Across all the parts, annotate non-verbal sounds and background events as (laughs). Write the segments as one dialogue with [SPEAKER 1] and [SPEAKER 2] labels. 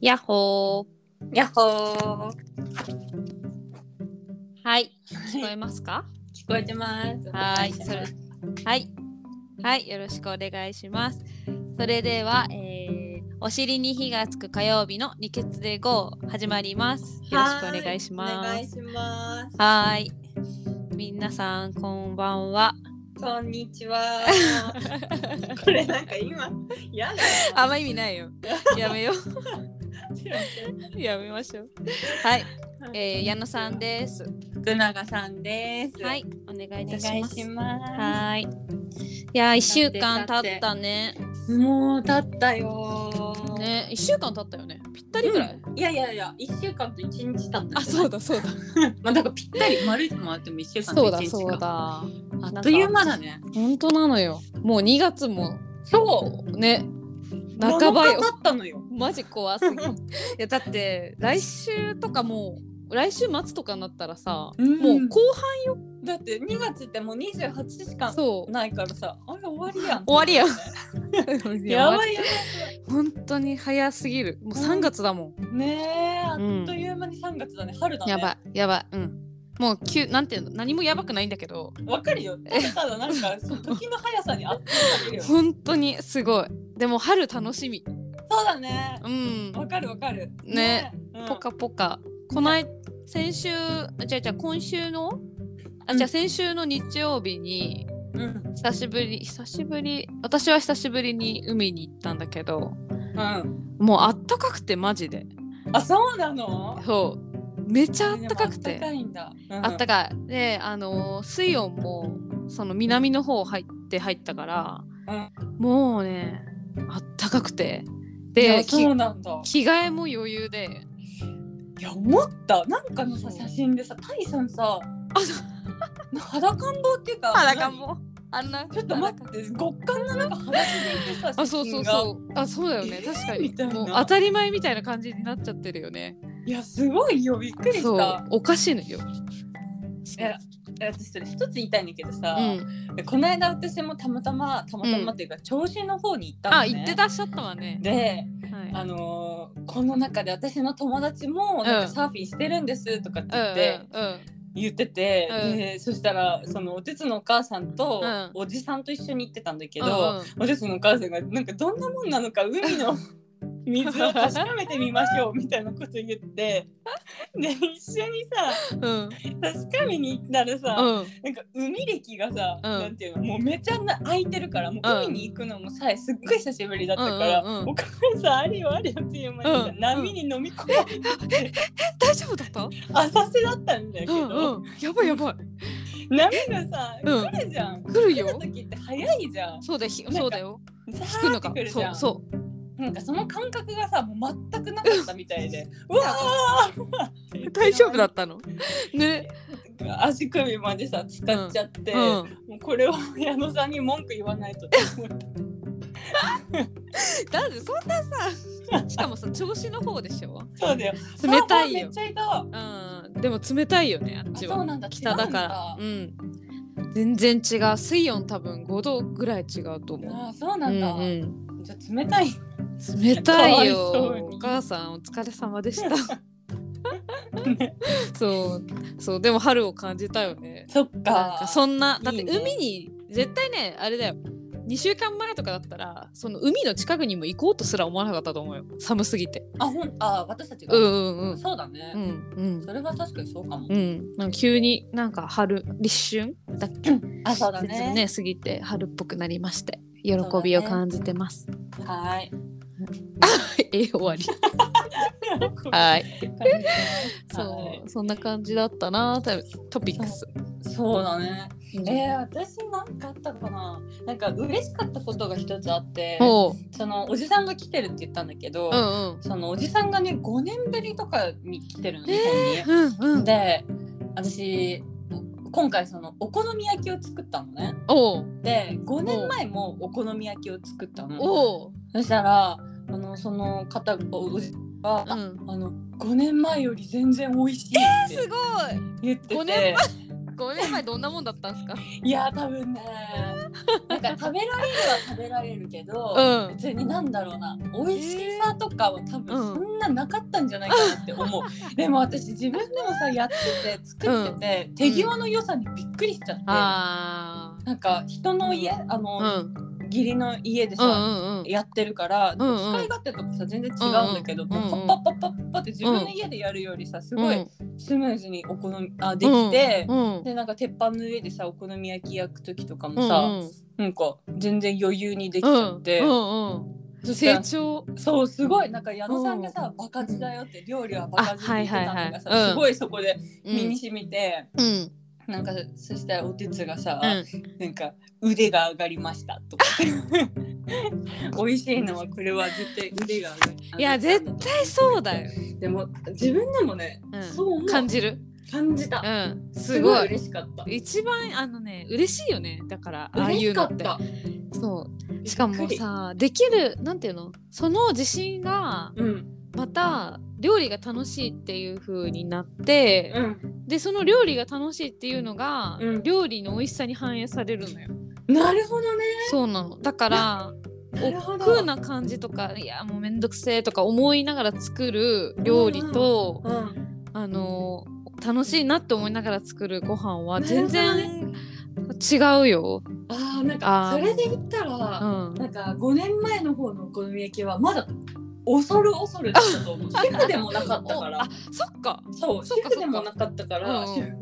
[SPEAKER 1] やっほ
[SPEAKER 2] やっほ
[SPEAKER 1] ー。
[SPEAKER 2] ー
[SPEAKER 1] はい。聞こえますか
[SPEAKER 2] 聞こえてます
[SPEAKER 1] はい。それはい。はい。よろしくお願いします。それでは、えー、お尻に火がつく火曜日の二血で GO 始まります。よろしくお願いし
[SPEAKER 2] はお
[SPEAKER 1] ま
[SPEAKER 2] 願い
[SPEAKER 1] す。
[SPEAKER 2] します
[SPEAKER 1] はーい。皆さん、こんばん
[SPEAKER 2] (laughs)
[SPEAKER 1] は。
[SPEAKER 2] こんにちはこれなんか今嫌だ
[SPEAKER 1] あんま意味ないよ。や
[SPEAKER 2] (laughs)
[SPEAKER 1] めよう。やめましょう。はい。えー、矢野さんです。
[SPEAKER 2] 福永さんです
[SPEAKER 1] はい。お願いい
[SPEAKER 2] お願
[SPEAKER 1] た
[SPEAKER 2] い
[SPEAKER 1] します
[SPEAKER 2] し。ま
[SPEAKER 1] はーい。いやー、一週間経ったね。
[SPEAKER 2] すもう経ったよー
[SPEAKER 1] ね、一週間経ったよね。ぴったりぐらい。
[SPEAKER 2] いやいやいや一週間と一日経った
[SPEAKER 1] あ、そう
[SPEAKER 2] だ
[SPEAKER 1] だ、そうだ。
[SPEAKER 2] まあだからぴったり丸いと回っても一週
[SPEAKER 1] (laughs) そ
[SPEAKER 2] 間と
[SPEAKER 1] う
[SPEAKER 2] 一
[SPEAKER 1] だ、
[SPEAKER 2] 日か
[SPEAKER 1] そうだ。
[SPEAKER 2] あっという間だね
[SPEAKER 1] 本当なのよ。もう2月も。そう。ね。半
[SPEAKER 2] 半
[SPEAKER 1] ば
[SPEAKER 2] ば
[SPEAKER 1] よ
[SPEAKER 2] よ。経ったのよ
[SPEAKER 1] マジ怖す (laughs) ぎ。いや、だって、来週とかもう、来週末とかになったらさ、
[SPEAKER 2] うん
[SPEAKER 1] もう後
[SPEAKER 2] だって2月ってもう28時間
[SPEAKER 1] 半。そう。
[SPEAKER 2] ないからさあれ終わりやん
[SPEAKER 1] 終わりやん
[SPEAKER 2] やば
[SPEAKER 1] (laughs) い。
[SPEAKER 2] いや
[SPEAKER 1] 本当に早すぎる。もう3月だもん。
[SPEAKER 2] ばいねえあっ
[SPEAKER 1] うん
[SPEAKER 2] という間に3月だね春だね
[SPEAKER 1] やばい、やばい。うん。もう、急なんていうの、何もやばくないんだけど。
[SPEAKER 2] わか
[SPEAKER 1] (laughs)
[SPEAKER 2] るよただただなんかその時の速さにあっという間にいるよそう
[SPEAKER 1] 本当にすごいでも春楽しみ
[SPEAKER 2] だね
[SPEAKER 1] うん
[SPEAKER 2] わかるわかる
[SPEAKER 1] ね
[SPEAKER 2] えうん
[SPEAKER 1] ポカポカこない先週あ違う違う今週のあじゃあ
[SPEAKER 2] うん
[SPEAKER 1] 先週の日曜日に
[SPEAKER 2] うん
[SPEAKER 1] 久しぶり久しぶり私は久しぶりに海に行ったんだけど
[SPEAKER 2] うん
[SPEAKER 1] もうあったかくてマジで
[SPEAKER 2] あそうなの
[SPEAKER 1] そうめちゃあったかく
[SPEAKER 2] あってたかいんだ
[SPEAKER 1] あったか
[SPEAKER 2] か
[SPEAKER 1] いであのー水温もその南の方入って入ったからもうねあったかくてで
[SPEAKER 2] で
[SPEAKER 1] き
[SPEAKER 2] そうなんだ
[SPEAKER 1] 着替えも余裕で
[SPEAKER 2] いや思ったなんかのさ
[SPEAKER 1] そう
[SPEAKER 2] 写真でさタイさんさ
[SPEAKER 1] あそう
[SPEAKER 2] 裸んぼっていうか
[SPEAKER 1] 裸もあんな
[SPEAKER 2] 何ちょっと待って極寒の中裸でいてさ
[SPEAKER 1] あそうそう
[SPEAKER 2] 写真が
[SPEAKER 1] そうあそうだよね
[SPEAKER 2] えー
[SPEAKER 1] 確か
[SPEAKER 2] みたい
[SPEAKER 1] に
[SPEAKER 2] な
[SPEAKER 1] もう当たり前みたいな感じになっちゃってるよね
[SPEAKER 2] いやすごいよびっくりし
[SPEAKER 1] そう
[SPEAKER 2] た。
[SPEAKER 1] おかしいのよ
[SPEAKER 2] ええ私それ一つ言いたいんだけどさ、
[SPEAKER 1] うん
[SPEAKER 2] この間私もたまたまたまたまっていうか、調子の方に行ったの、ね。
[SPEAKER 1] あ言って。らっしゃったわね
[SPEAKER 2] で、
[SPEAKER 1] は
[SPEAKER 2] あのーこの中で私の友達もな
[SPEAKER 1] うん
[SPEAKER 2] んかサーフィンしてるんですとかって
[SPEAKER 1] いうん
[SPEAKER 2] 言って、言ってて、
[SPEAKER 1] うん
[SPEAKER 2] でそしたらそのおてつのお母さんと
[SPEAKER 1] うん
[SPEAKER 2] おじさんと一緒に行ってたんだけ
[SPEAKER 1] うん
[SPEAKER 2] ど、
[SPEAKER 1] うん
[SPEAKER 2] おてつのお母さんがなんかどんなもんなのか海の
[SPEAKER 1] (laughs)
[SPEAKER 2] 水を確かめてみましょうみたいなこと言ってで一緒にさ
[SPEAKER 1] うん
[SPEAKER 2] 確かめに行ったらさ、
[SPEAKER 1] うん
[SPEAKER 2] なんか海歴がさ、
[SPEAKER 1] うん
[SPEAKER 2] なんていうのもうめちゃな空いてるからもう
[SPEAKER 1] うん
[SPEAKER 2] 海に行くのもさえすっごい久しぶりだったから、
[SPEAKER 1] うんうんうん
[SPEAKER 2] お母さんあれよあれよっていう間にさ、
[SPEAKER 1] うん
[SPEAKER 2] 波に飲み込まれて、
[SPEAKER 1] 大丈夫だった
[SPEAKER 2] 浅瀬だったんだけ
[SPEAKER 1] う
[SPEAKER 2] ど、
[SPEAKER 1] んうんやばいやばい
[SPEAKER 2] 波がさ、
[SPEAKER 1] うん
[SPEAKER 2] 来るじゃん。
[SPEAKER 1] 来る
[SPEAKER 2] 来る
[SPEAKER 1] よ
[SPEAKER 2] 時って早いじゃん。
[SPEAKER 1] そうだひ
[SPEAKER 2] なんか
[SPEAKER 1] そうだよ
[SPEAKER 2] さ
[SPEAKER 1] 聞く
[SPEAKER 2] ー
[SPEAKER 1] の
[SPEAKER 2] って
[SPEAKER 1] か
[SPEAKER 2] 来るじ
[SPEAKER 1] そ
[SPEAKER 2] ゃ。
[SPEAKER 1] うんそう
[SPEAKER 2] なんかその感覚がさもう全くなかったみたいで、
[SPEAKER 1] (laughs)
[SPEAKER 2] うわ (laughs) ー
[SPEAKER 1] 大丈夫だったのね
[SPEAKER 2] 足首までさ使っちゃって、
[SPEAKER 1] うん
[SPEAKER 2] もうこれを矢野さんに文句言わないとって思った。
[SPEAKER 1] だってそんな (laughs) さしかもさ調子の方でしょ
[SPEAKER 2] そうだよ。
[SPEAKER 1] 冷たい
[SPEAKER 2] サーファーめ
[SPEAKER 1] よ
[SPEAKER 2] っちゃいた。
[SPEAKER 1] うんでも冷たいよねあっち
[SPEAKER 2] あそ
[SPEAKER 1] は
[SPEAKER 2] うなんだ
[SPEAKER 1] 北だからうん全然違う水温多分5度ぐらい違うと思う
[SPEAKER 2] ああそうなんだ。
[SPEAKER 1] うんうん
[SPEAKER 2] じゃあ冷たい。 (laughs)
[SPEAKER 1] 冷たい
[SPEAKER 2] かわいそう
[SPEAKER 1] よ
[SPEAKER 2] に
[SPEAKER 1] お母さんお疲れ様でした
[SPEAKER 2] (laughs)
[SPEAKER 1] (laughs) そうそうでも春を感じたよね
[SPEAKER 2] そっ
[SPEAKER 1] なん
[SPEAKER 2] か
[SPEAKER 1] か。そんない
[SPEAKER 2] い
[SPEAKER 1] だって
[SPEAKER 2] ね
[SPEAKER 1] 海に絶対ねあれだよ2週間前とかだったらその海の近くにも行こうとすら思わなかったと思うよ寒すぎて
[SPEAKER 2] あほんあ私たちが。
[SPEAKER 1] うんうんうん
[SPEAKER 2] そうだ
[SPEAKER 1] う
[SPEAKER 2] ね、
[SPEAKER 1] んうん
[SPEAKER 2] それは確かにそうかも。
[SPEAKER 1] うん、なんか急になんか春立春だっけ、
[SPEAKER 2] あそうだ
[SPEAKER 1] 節
[SPEAKER 2] ね。
[SPEAKER 1] ね過ぎて春っぽくなりまして喜びを感じてます、
[SPEAKER 2] はーい。 (laughs)
[SPEAKER 1] (laughs) え終わりはい
[SPEAKER 2] は
[SPEAKER 1] そう、そんな感じだったな多分トピックス
[SPEAKER 2] い。そうだね。
[SPEAKER 1] うん
[SPEAKER 2] えー、私なんかあったかな。なんか嬉しかったことが一つあって、
[SPEAKER 1] おう
[SPEAKER 2] そのおじさんが来てるって言ったんだけど、
[SPEAKER 1] うんうん
[SPEAKER 2] そのおじさんがね5年ぶりとかに来てるの日本に。
[SPEAKER 1] うんうん
[SPEAKER 2] で私今回そのお好み焼きを作ったのね
[SPEAKER 1] おう
[SPEAKER 2] で5年前もお好み焼きを作ったの
[SPEAKER 1] おう
[SPEAKER 2] そしたらあのその方おおじ
[SPEAKER 1] う
[SPEAKER 2] が、あ
[SPEAKER 1] ん
[SPEAKER 2] あの5年前より全然美味しいって
[SPEAKER 1] ごい
[SPEAKER 2] 言ってて、
[SPEAKER 1] 五年5年前どんなもんだったんですか
[SPEAKER 2] いや多分ねなんか食べられるは食べられるけど、
[SPEAKER 1] うん
[SPEAKER 2] 別になんだろうな美味しさとかは多分そんななかったんじゃないかなって思う、
[SPEAKER 1] (laughs)
[SPEAKER 2] でも私自分でもさやってて作ってて、手際の良さにびっくりしちゃって、
[SPEAKER 1] あ
[SPEAKER 2] なんか人の家あ
[SPEAKER 1] あ
[SPEAKER 2] の、
[SPEAKER 1] うん
[SPEAKER 2] 義理の家で
[SPEAKER 1] う
[SPEAKER 2] さ、
[SPEAKER 1] んうんうん
[SPEAKER 2] やってるから、
[SPEAKER 1] うんうん
[SPEAKER 2] 使い勝手とかさ全然違うんだけど、
[SPEAKER 1] うんうん
[SPEAKER 2] もうパッパッパッパッパって自分の家でやるよりさすごいスムーズにお好みあできて、
[SPEAKER 1] うん
[SPEAKER 2] でなんか鉄板の上でさお好み焼き焼く時とか
[SPEAKER 1] う
[SPEAKER 2] も
[SPEAKER 1] ん
[SPEAKER 2] さ、
[SPEAKER 1] うん
[SPEAKER 2] なんか全然余裕にできちゃって、
[SPEAKER 1] うんうんう
[SPEAKER 2] そ
[SPEAKER 1] ん、
[SPEAKER 2] した
[SPEAKER 1] 成
[SPEAKER 2] ら
[SPEAKER 1] 長
[SPEAKER 2] そうすごいなんか矢野さんがさ「バカ字だよ」って料理はバカ字って言ってたのがさ、
[SPEAKER 1] あはいはいはい
[SPEAKER 2] すごいそこで身
[SPEAKER 1] うん
[SPEAKER 2] に染みて、
[SPEAKER 1] うん
[SPEAKER 2] なんかそしたらおてつがさ、
[SPEAKER 1] うん
[SPEAKER 2] なんか腕が上がりましたとか (laughs) って。美味しいのはこれは絶対腕が上がる。
[SPEAKER 1] いや絶対そうだよ、
[SPEAKER 2] でも自分でもね、
[SPEAKER 1] うん
[SPEAKER 2] そう思う
[SPEAKER 1] 感じる
[SPEAKER 2] 感じた
[SPEAKER 1] う。んす
[SPEAKER 2] すご
[SPEAKER 1] ご
[SPEAKER 2] い
[SPEAKER 1] い
[SPEAKER 2] 嬉しかった。
[SPEAKER 1] 一番あのね嬉しいよねだからああ
[SPEAKER 2] 嬉
[SPEAKER 1] い
[SPEAKER 2] し
[SPEAKER 1] う
[SPEAKER 2] か
[SPEAKER 1] の
[SPEAKER 2] っ
[SPEAKER 1] って
[SPEAKER 2] た。
[SPEAKER 1] そうしかもさできるなんていうのその自信が
[SPEAKER 2] うん
[SPEAKER 1] また料理が楽しいっていう風になって、
[SPEAKER 2] うん。
[SPEAKER 1] でその料理が楽しいっていうのが、
[SPEAKER 2] うん
[SPEAKER 1] 料理の美味しさに反映されるのよ
[SPEAKER 2] なるほどね。
[SPEAKER 1] そうなのだから
[SPEAKER 2] なるほど
[SPEAKER 1] 億劫な感じとかいやもうめんどくせえとか思いながら作る料理と、
[SPEAKER 2] うん。
[SPEAKER 1] あの楽しいなって思いながら作るご飯は
[SPEAKER 2] なるほど
[SPEAKER 1] 全
[SPEAKER 2] ね
[SPEAKER 1] 然違うよ。
[SPEAKER 2] ああなん
[SPEAKER 1] あ
[SPEAKER 2] か
[SPEAKER 1] ー
[SPEAKER 2] それで言った
[SPEAKER 1] う
[SPEAKER 2] ら、
[SPEAKER 1] ん、
[SPEAKER 2] なんか5年前の方のお好み焼きはまだ恐る恐るだったと
[SPEAKER 1] (laughs)
[SPEAKER 2] 思う。主婦でもなかったか
[SPEAKER 1] おあ
[SPEAKER 2] ら。
[SPEAKER 1] そっか。
[SPEAKER 2] そう
[SPEAKER 1] そ
[SPEAKER 2] 主
[SPEAKER 1] っかそっか
[SPEAKER 2] 婦でもなかったか
[SPEAKER 1] う
[SPEAKER 2] ら。
[SPEAKER 1] ん
[SPEAKER 2] 主婦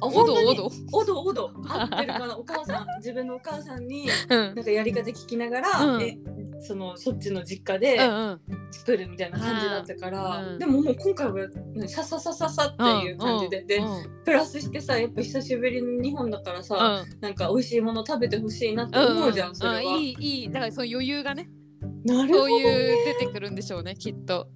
[SPEAKER 1] お
[SPEAKER 2] 本
[SPEAKER 1] ど
[SPEAKER 2] 当に
[SPEAKER 1] おど。
[SPEAKER 2] おどおど合ってるかなお母さん自分のお母さんに
[SPEAKER 1] うん。
[SPEAKER 2] なんかやり方聞きながら、
[SPEAKER 1] うん
[SPEAKER 2] えそのそっちの実家で
[SPEAKER 1] うんうん。
[SPEAKER 2] 作るみたいな感じだったから、
[SPEAKER 1] うん
[SPEAKER 2] でももう今回はねさささささっていう感じで、で
[SPEAKER 1] うんうん
[SPEAKER 2] プラスしてさやっぱ久しぶりの日本だから
[SPEAKER 1] う
[SPEAKER 2] さ、
[SPEAKER 1] ん
[SPEAKER 2] なんか美味しいもの食べてほしいなって
[SPEAKER 1] うん
[SPEAKER 2] 思うじゃん、それは。
[SPEAKER 1] うんいいいいだからその余裕がね
[SPEAKER 2] なるほ
[SPEAKER 1] そ
[SPEAKER 2] ど
[SPEAKER 1] ういう出てくるんでしょうねきっと。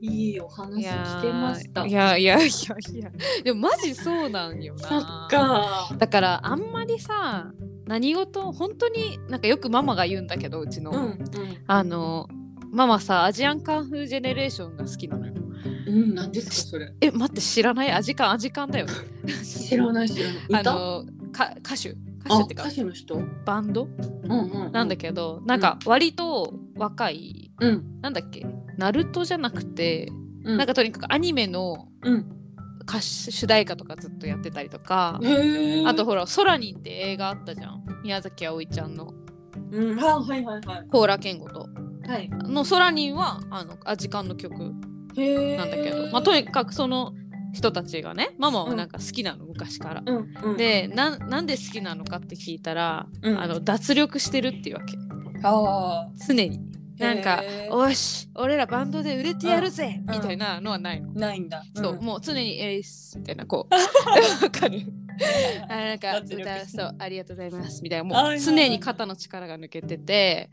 [SPEAKER 2] いいお話
[SPEAKER 1] いや
[SPEAKER 2] 聞けました。
[SPEAKER 1] ーいやいやいやいやでもマジそうなんよな。
[SPEAKER 2] そっか
[SPEAKER 1] だからあんまりさ何事本当になんかよくママが言うんだけどうちの、
[SPEAKER 2] うんうん
[SPEAKER 1] あのママさアジアンカンフージェネレーションが好きなのよ
[SPEAKER 2] うん何ですかそれ
[SPEAKER 1] え待って知らないアジカンアジカンだよね
[SPEAKER 2] 知らない知らない
[SPEAKER 1] あ
[SPEAKER 2] 歌
[SPEAKER 1] のか歌手歌手
[SPEAKER 2] あ
[SPEAKER 1] ってか
[SPEAKER 2] 歌手の人
[SPEAKER 1] バンド
[SPEAKER 2] うんうん
[SPEAKER 1] なんだけど、なんか割と若い
[SPEAKER 2] うん
[SPEAKER 1] なんだっけナルトじゃなくて、
[SPEAKER 2] うん
[SPEAKER 1] なんかとにかくアニメの
[SPEAKER 2] うん
[SPEAKER 1] 歌手主題歌とかずっとやってたりとか、
[SPEAKER 2] へー
[SPEAKER 1] あとほら「空に」って映画あったじゃん宮崎あおいちゃんの
[SPEAKER 2] うんあはいはいはい
[SPEAKER 1] 高良健吾と
[SPEAKER 2] はい
[SPEAKER 1] のソラニンはあのアジカンの曲
[SPEAKER 2] へえ
[SPEAKER 1] なんだけど、まあ、とにかくその人たちがねママはなんか好きなの、昔から。
[SPEAKER 2] うんうん、
[SPEAKER 1] でななんで好きなのかって聞いたら、
[SPEAKER 2] うん
[SPEAKER 1] あの脱力してるっていうわけ
[SPEAKER 2] あ
[SPEAKER 1] 常に
[SPEAKER 2] ー
[SPEAKER 1] なんか
[SPEAKER 2] へ
[SPEAKER 1] 「
[SPEAKER 2] ー
[SPEAKER 1] おし俺らバンドで売れてやるぜ!」
[SPEAKER 2] うん
[SPEAKER 1] みたいなのはないの、
[SPEAKER 2] ないんだ
[SPEAKER 1] そう、
[SPEAKER 2] ん
[SPEAKER 1] もう常に「エース」みたいなこ
[SPEAKER 2] (laughs)
[SPEAKER 1] うわかるあなんか
[SPEAKER 2] 脱力して
[SPEAKER 1] 歌そうありがとうございますみたいな
[SPEAKER 2] はい
[SPEAKER 1] も
[SPEAKER 2] は
[SPEAKER 1] う
[SPEAKER 2] い
[SPEAKER 1] 常に肩の力が抜けてて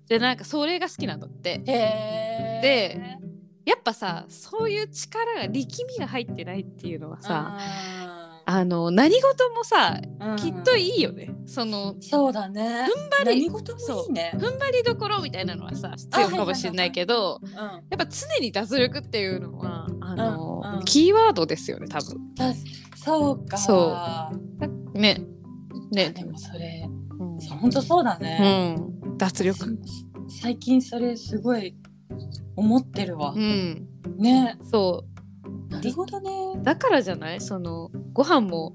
[SPEAKER 2] うん
[SPEAKER 1] でなんかそれが好きなんだって
[SPEAKER 2] へー
[SPEAKER 1] でやっぱさそういう力が力みが入ってないっていうのはさ
[SPEAKER 2] あ
[SPEAKER 1] あの何事もさ
[SPEAKER 2] ー
[SPEAKER 1] きっと
[SPEAKER 2] うん
[SPEAKER 1] いいよね、その
[SPEAKER 2] そうだね
[SPEAKER 1] 踏ん張り
[SPEAKER 2] 何事もいいね
[SPEAKER 1] 踏ん張りどころみたいなのはさ必要かもしれないけど
[SPEAKER 2] う、ん、
[SPEAKER 1] やっぱ常に脱力っていうのはあの、
[SPEAKER 2] うんうん
[SPEAKER 1] キーワードですよね多分
[SPEAKER 2] たそうか
[SPEAKER 1] そねね
[SPEAKER 2] でもそれ
[SPEAKER 1] うん、
[SPEAKER 2] そう本当そうだ
[SPEAKER 1] う
[SPEAKER 2] ね、
[SPEAKER 1] ん、脱力
[SPEAKER 2] 最近それすごい思ってるわ
[SPEAKER 1] う、ん
[SPEAKER 2] ね
[SPEAKER 1] そ
[SPEAKER 2] なるほどね
[SPEAKER 1] うだからじゃないそのご飯も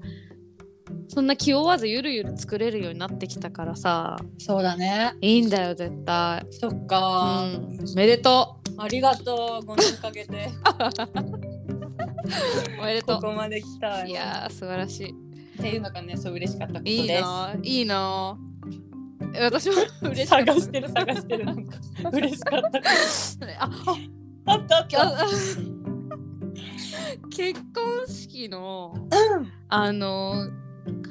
[SPEAKER 1] そんな気負わずゆるゆる作れるようになってきたからさ
[SPEAKER 2] そうだね
[SPEAKER 1] いいんだよ絶対
[SPEAKER 2] そっか、
[SPEAKER 1] うん、めでと
[SPEAKER 2] ありがとう5年か
[SPEAKER 1] (laughs)
[SPEAKER 2] けて
[SPEAKER 1] うおめでと
[SPEAKER 2] こ
[SPEAKER 1] う
[SPEAKER 2] こまで来た
[SPEAKER 1] いやー素晴らし
[SPEAKER 2] っていうのがねそう嬉しかったことで
[SPEAKER 1] いい
[SPEAKER 2] す
[SPEAKER 1] いなーいいなーえ私も嬉しかっ
[SPEAKER 2] 探
[SPEAKER 1] た
[SPEAKER 2] してる探してる
[SPEAKER 1] (laughs)
[SPEAKER 2] なんか嬉しかった
[SPEAKER 1] あ
[SPEAKER 2] あったあっ
[SPEAKER 1] ああ結婚式のあの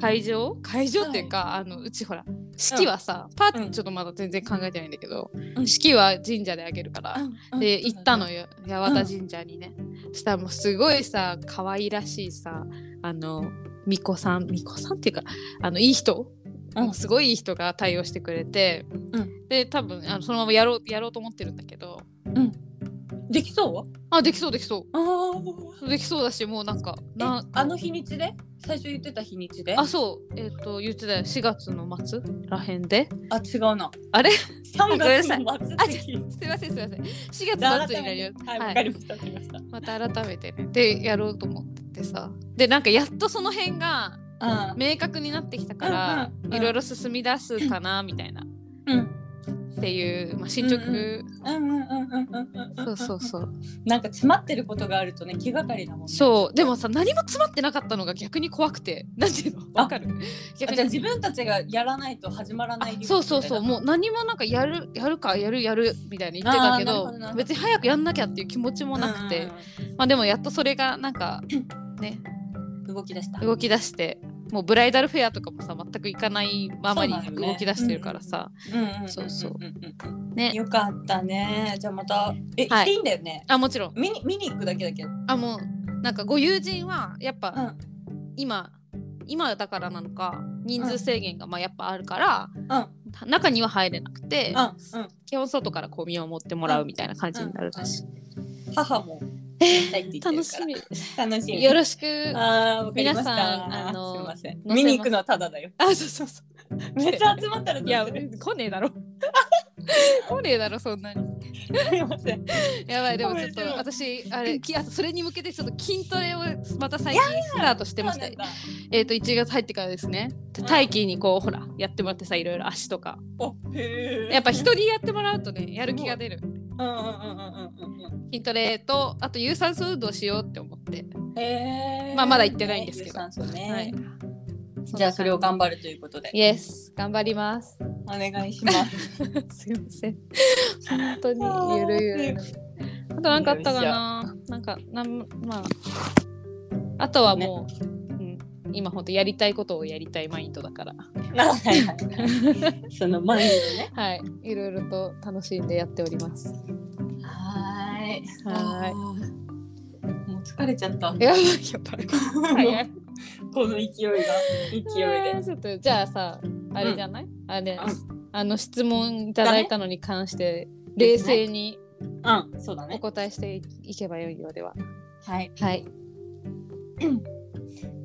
[SPEAKER 1] 会場会場っていうか、あのうちほら式はさ、パーティーちょっとまだ全然考えてないんだけど、
[SPEAKER 2] うん
[SPEAKER 1] 式は神社であげるから、
[SPEAKER 2] た
[SPEAKER 1] で行ったのよ八幡神社にね、したらもうすごいさ可愛らしいさあの巫女さん巫女さんっていうかあのいい人、
[SPEAKER 2] うん
[SPEAKER 1] すごいいい人が対応してくれて、
[SPEAKER 2] うん
[SPEAKER 1] で多分あのそのままやろうやろうと思ってるんだけど、
[SPEAKER 2] うんできそう
[SPEAKER 1] あできそうできそ
[SPEAKER 2] あー
[SPEAKER 1] うできそうだしもうなんか
[SPEAKER 2] え
[SPEAKER 1] な
[SPEAKER 2] あの日にちで最初言ってた日にちであ
[SPEAKER 1] あそうえっ、と言ってたよ4月の末らへんで
[SPEAKER 2] 違うな
[SPEAKER 1] あれ
[SPEAKER 2] 3月の末
[SPEAKER 1] あ
[SPEAKER 2] って
[SPEAKER 1] ち
[SPEAKER 2] 聞い
[SPEAKER 1] すいませんすいません4
[SPEAKER 2] た
[SPEAKER 1] 月末になります
[SPEAKER 2] はい
[SPEAKER 1] は
[SPEAKER 2] わ
[SPEAKER 1] い
[SPEAKER 2] かりましたわかりました
[SPEAKER 1] また改めてねでやろうと思っててさでなんかやっとその辺が
[SPEAKER 2] あ
[SPEAKER 1] 明確になってきたから
[SPEAKER 2] うんうんう
[SPEAKER 1] い
[SPEAKER 2] ん
[SPEAKER 1] ろいろ進み出すかなみたいなっ
[SPEAKER 2] ーうん
[SPEAKER 1] ていう、まあ、進捗、
[SPEAKER 2] うんうんうんうんうんうんうん
[SPEAKER 1] そうそうそう
[SPEAKER 2] なんか詰まってることがあるとね気がかりだもんね
[SPEAKER 1] そうでもさ何も詰まってなかったのが逆に怖くてなんていうの
[SPEAKER 2] あ
[SPEAKER 1] わかる
[SPEAKER 2] あ
[SPEAKER 1] 逆
[SPEAKER 2] じゃあ
[SPEAKER 1] に
[SPEAKER 2] 自分たちがやらないと始まらない理由
[SPEAKER 1] そうそうそう
[SPEAKER 2] み
[SPEAKER 1] もう何もなんかやるやるかやるやるみたいに言ってたけ
[SPEAKER 2] あーなる
[SPEAKER 1] ど
[SPEAKER 2] ほどなるほど
[SPEAKER 1] 別に早くやんなきゃっていう気持ちも
[SPEAKER 2] たい
[SPEAKER 1] な
[SPEAKER 2] な
[SPEAKER 1] くて、
[SPEAKER 2] うん
[SPEAKER 1] まあでもやっとそれがなんかね
[SPEAKER 2] うん動き出した
[SPEAKER 1] 動き出してもうブライダルフェアとかもさ全く行かないままに
[SPEAKER 2] そうなのよね
[SPEAKER 1] 動き出してるからさ
[SPEAKER 2] うんうんんんん
[SPEAKER 1] そうそう
[SPEAKER 2] うんうん
[SPEAKER 1] ね
[SPEAKER 2] よかったねじゃあまたえ、
[SPEAKER 1] はい
[SPEAKER 2] 行っていいんだよね
[SPEAKER 1] あもちろん
[SPEAKER 2] 見に見に行くだけだけど
[SPEAKER 1] あもうなんかご友人はやっ
[SPEAKER 2] う
[SPEAKER 1] ぱ
[SPEAKER 2] ん
[SPEAKER 1] 今今だからなのか人数制限がまあやっぱあるから
[SPEAKER 2] うんうん
[SPEAKER 1] 中には入れなくて
[SPEAKER 2] うん
[SPEAKER 1] 基本外からこう見守ってもらうみたいな感じになるらしい
[SPEAKER 2] 母も行きたいって言って
[SPEAKER 1] 楽
[SPEAKER 2] るか
[SPEAKER 1] し
[SPEAKER 2] ら
[SPEAKER 1] み
[SPEAKER 2] 楽しみ
[SPEAKER 1] よろしく
[SPEAKER 2] あーわかりま
[SPEAKER 1] 皆
[SPEAKER 2] した
[SPEAKER 1] さんあの
[SPEAKER 2] すいません
[SPEAKER 1] ます
[SPEAKER 2] 見に行くのはただ
[SPEAKER 1] (laughs)
[SPEAKER 2] だよ
[SPEAKER 1] あそうそうそう
[SPEAKER 2] めっちゃ集まったらどう
[SPEAKER 1] いや
[SPEAKER 2] する
[SPEAKER 1] 来ねえ
[SPEAKER 2] (laughs)
[SPEAKER 1] だろ来ねえだろそんなに
[SPEAKER 2] すいません
[SPEAKER 1] やばいでもちょっと
[SPEAKER 2] ごめんな
[SPEAKER 1] 私あれきあとそれに向けてちょっと筋トレをまた最近スタートしてました
[SPEAKER 2] そうなんだ
[SPEAKER 1] えっ、と1月入ってからですね
[SPEAKER 2] うん
[SPEAKER 1] 大気にこうほらやってもらってさいろいろ足とか
[SPEAKER 2] おへー
[SPEAKER 1] やっぱ人にやってもらうとねやる気が出る
[SPEAKER 2] うんうんうんうんうんうん
[SPEAKER 1] 筋トレとあと有酸素運動しようって思って
[SPEAKER 2] うんへー
[SPEAKER 1] まあまだ行ってないんですけど
[SPEAKER 2] 有酸素ね
[SPEAKER 1] はい
[SPEAKER 2] じゃあそれを頑張るということで
[SPEAKER 1] イエス頑張ります (laughs)
[SPEAKER 2] お願いします。
[SPEAKER 1] すいません本当 (laughs) にゆるゆるあとなんかあったかななんかなんまああとはもう、うん、今ほんとやりたいことをやりたいマインドだから
[SPEAKER 2] (laughs) はい (laughs) はい。その前にね。
[SPEAKER 1] はい、いろいろと楽しんでやっております。
[SPEAKER 2] はーい。
[SPEAKER 1] は
[SPEAKER 2] もう疲れちゃった。
[SPEAKER 1] い。やばいやばい。早い。
[SPEAKER 2] この勢いが勢いで。
[SPEAKER 1] ちょっとじゃあさ、あれじゃない？あれ、
[SPEAKER 2] うん
[SPEAKER 1] あの質問いただいたのに関して、冷静に
[SPEAKER 2] うん、そうだ
[SPEAKER 1] お
[SPEAKER 2] ね。
[SPEAKER 1] 答えしていけばよいようでは。
[SPEAKER 2] はい。
[SPEAKER 1] はい。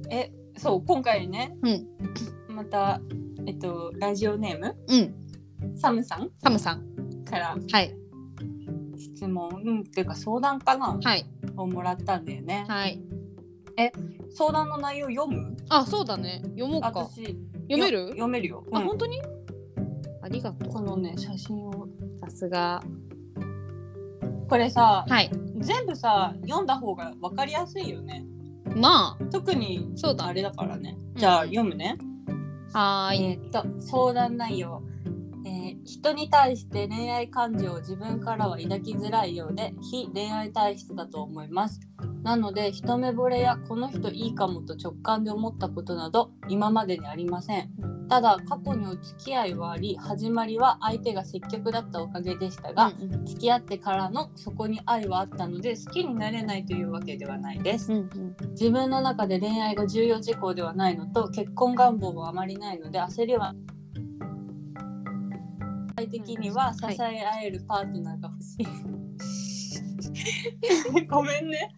[SPEAKER 2] え、そう今回ね。
[SPEAKER 1] うん。
[SPEAKER 2] またえっとラジオネーム
[SPEAKER 1] うん。
[SPEAKER 2] サムさん
[SPEAKER 1] サムさん。
[SPEAKER 2] から
[SPEAKER 1] はい。
[SPEAKER 2] 質問うんっていうか相談かな
[SPEAKER 1] はい。
[SPEAKER 2] をもらったんだよね。
[SPEAKER 1] はい。
[SPEAKER 2] 相談の内容読む？
[SPEAKER 1] あ、そうだね。読もうか。読
[SPEAKER 2] 私
[SPEAKER 1] め
[SPEAKER 2] よ
[SPEAKER 1] る？
[SPEAKER 2] 読めるよ。
[SPEAKER 1] あ、
[SPEAKER 2] うん
[SPEAKER 1] 本当に？ありがと
[SPEAKER 2] このね写真を
[SPEAKER 1] う。さすが。
[SPEAKER 2] これさ
[SPEAKER 1] はい。
[SPEAKER 2] 全部さ読んだ方が分かりやすいよね
[SPEAKER 1] ま
[SPEAKER 2] 特に
[SPEAKER 1] そうだね
[SPEAKER 2] あれだからね
[SPEAKER 1] ん
[SPEAKER 2] じゃあ読むね、
[SPEAKER 1] あ、はーい。
[SPEAKER 2] えーっと相談内容、えー人に対して恋愛感情を自分からは抱きづらいようで非恋愛体質だと思いますなので一目惚れやこの人いいかもと直感で思ったことなど今までにありませんただ過去にお付き合いはあり始まりは相手が積極だったおかげでしたが、
[SPEAKER 1] うんうん
[SPEAKER 2] 付き合ってからのそこに愛はあったので好きになれないというわけではないです
[SPEAKER 1] うんうん
[SPEAKER 2] 自分の中で恋愛が重要事項ではないのと結婚願望もあまりないので焦りは具体的には支
[SPEAKER 1] はい
[SPEAKER 2] え合えるパートナーが欲し
[SPEAKER 1] (laughs)
[SPEAKER 2] いごめんね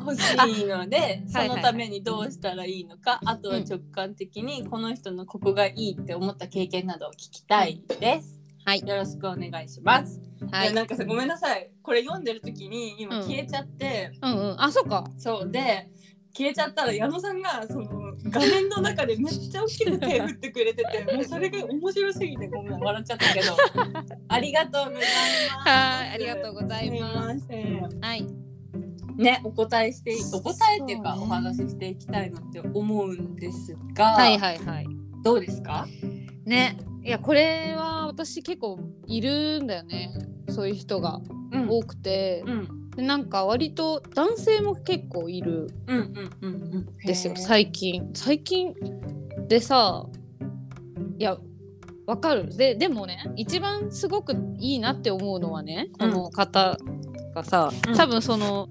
[SPEAKER 2] 欲しいのでそ
[SPEAKER 1] はいはい
[SPEAKER 2] のためにどうしたらいいのかあとは直感的にこの人のここがいいって思った経験などを聞きたいです
[SPEAKER 1] はい。
[SPEAKER 2] よろしくお願いします
[SPEAKER 1] はいい
[SPEAKER 2] や。なんかさごめんなさいこれ読んでる時に
[SPEAKER 1] う
[SPEAKER 2] 今
[SPEAKER 1] ん
[SPEAKER 2] 消えちゃって、
[SPEAKER 1] うんうん。あ、そうか。
[SPEAKER 2] そうで消えちゃったら矢野さんがその画面の中でめっちゃ大きく手振ってくれてて
[SPEAKER 1] (laughs)
[SPEAKER 2] もうそれが面白すぎてごめん笑っちゃったけどありがとうございます
[SPEAKER 1] はい、ありがとうございます。
[SPEAKER 2] すいません
[SPEAKER 1] はい、
[SPEAKER 2] ねお答えしてお答えっていうか
[SPEAKER 1] そうね
[SPEAKER 2] お話ししていきたいなって思うんですが、
[SPEAKER 1] はいはいはい。
[SPEAKER 2] どうですか
[SPEAKER 1] ね、いやこれは私結構いるんだよね。そういう人が
[SPEAKER 2] うん
[SPEAKER 1] 多くて
[SPEAKER 2] う、ん
[SPEAKER 1] でなんか割と男性も結構いる
[SPEAKER 2] うんうんうんうん
[SPEAKER 1] んですよ
[SPEAKER 2] へー
[SPEAKER 1] 最近。最近でさ、いや。わかるででもね一番すごくいいなって思うのはねこの方がさ、
[SPEAKER 2] うん
[SPEAKER 1] 多分その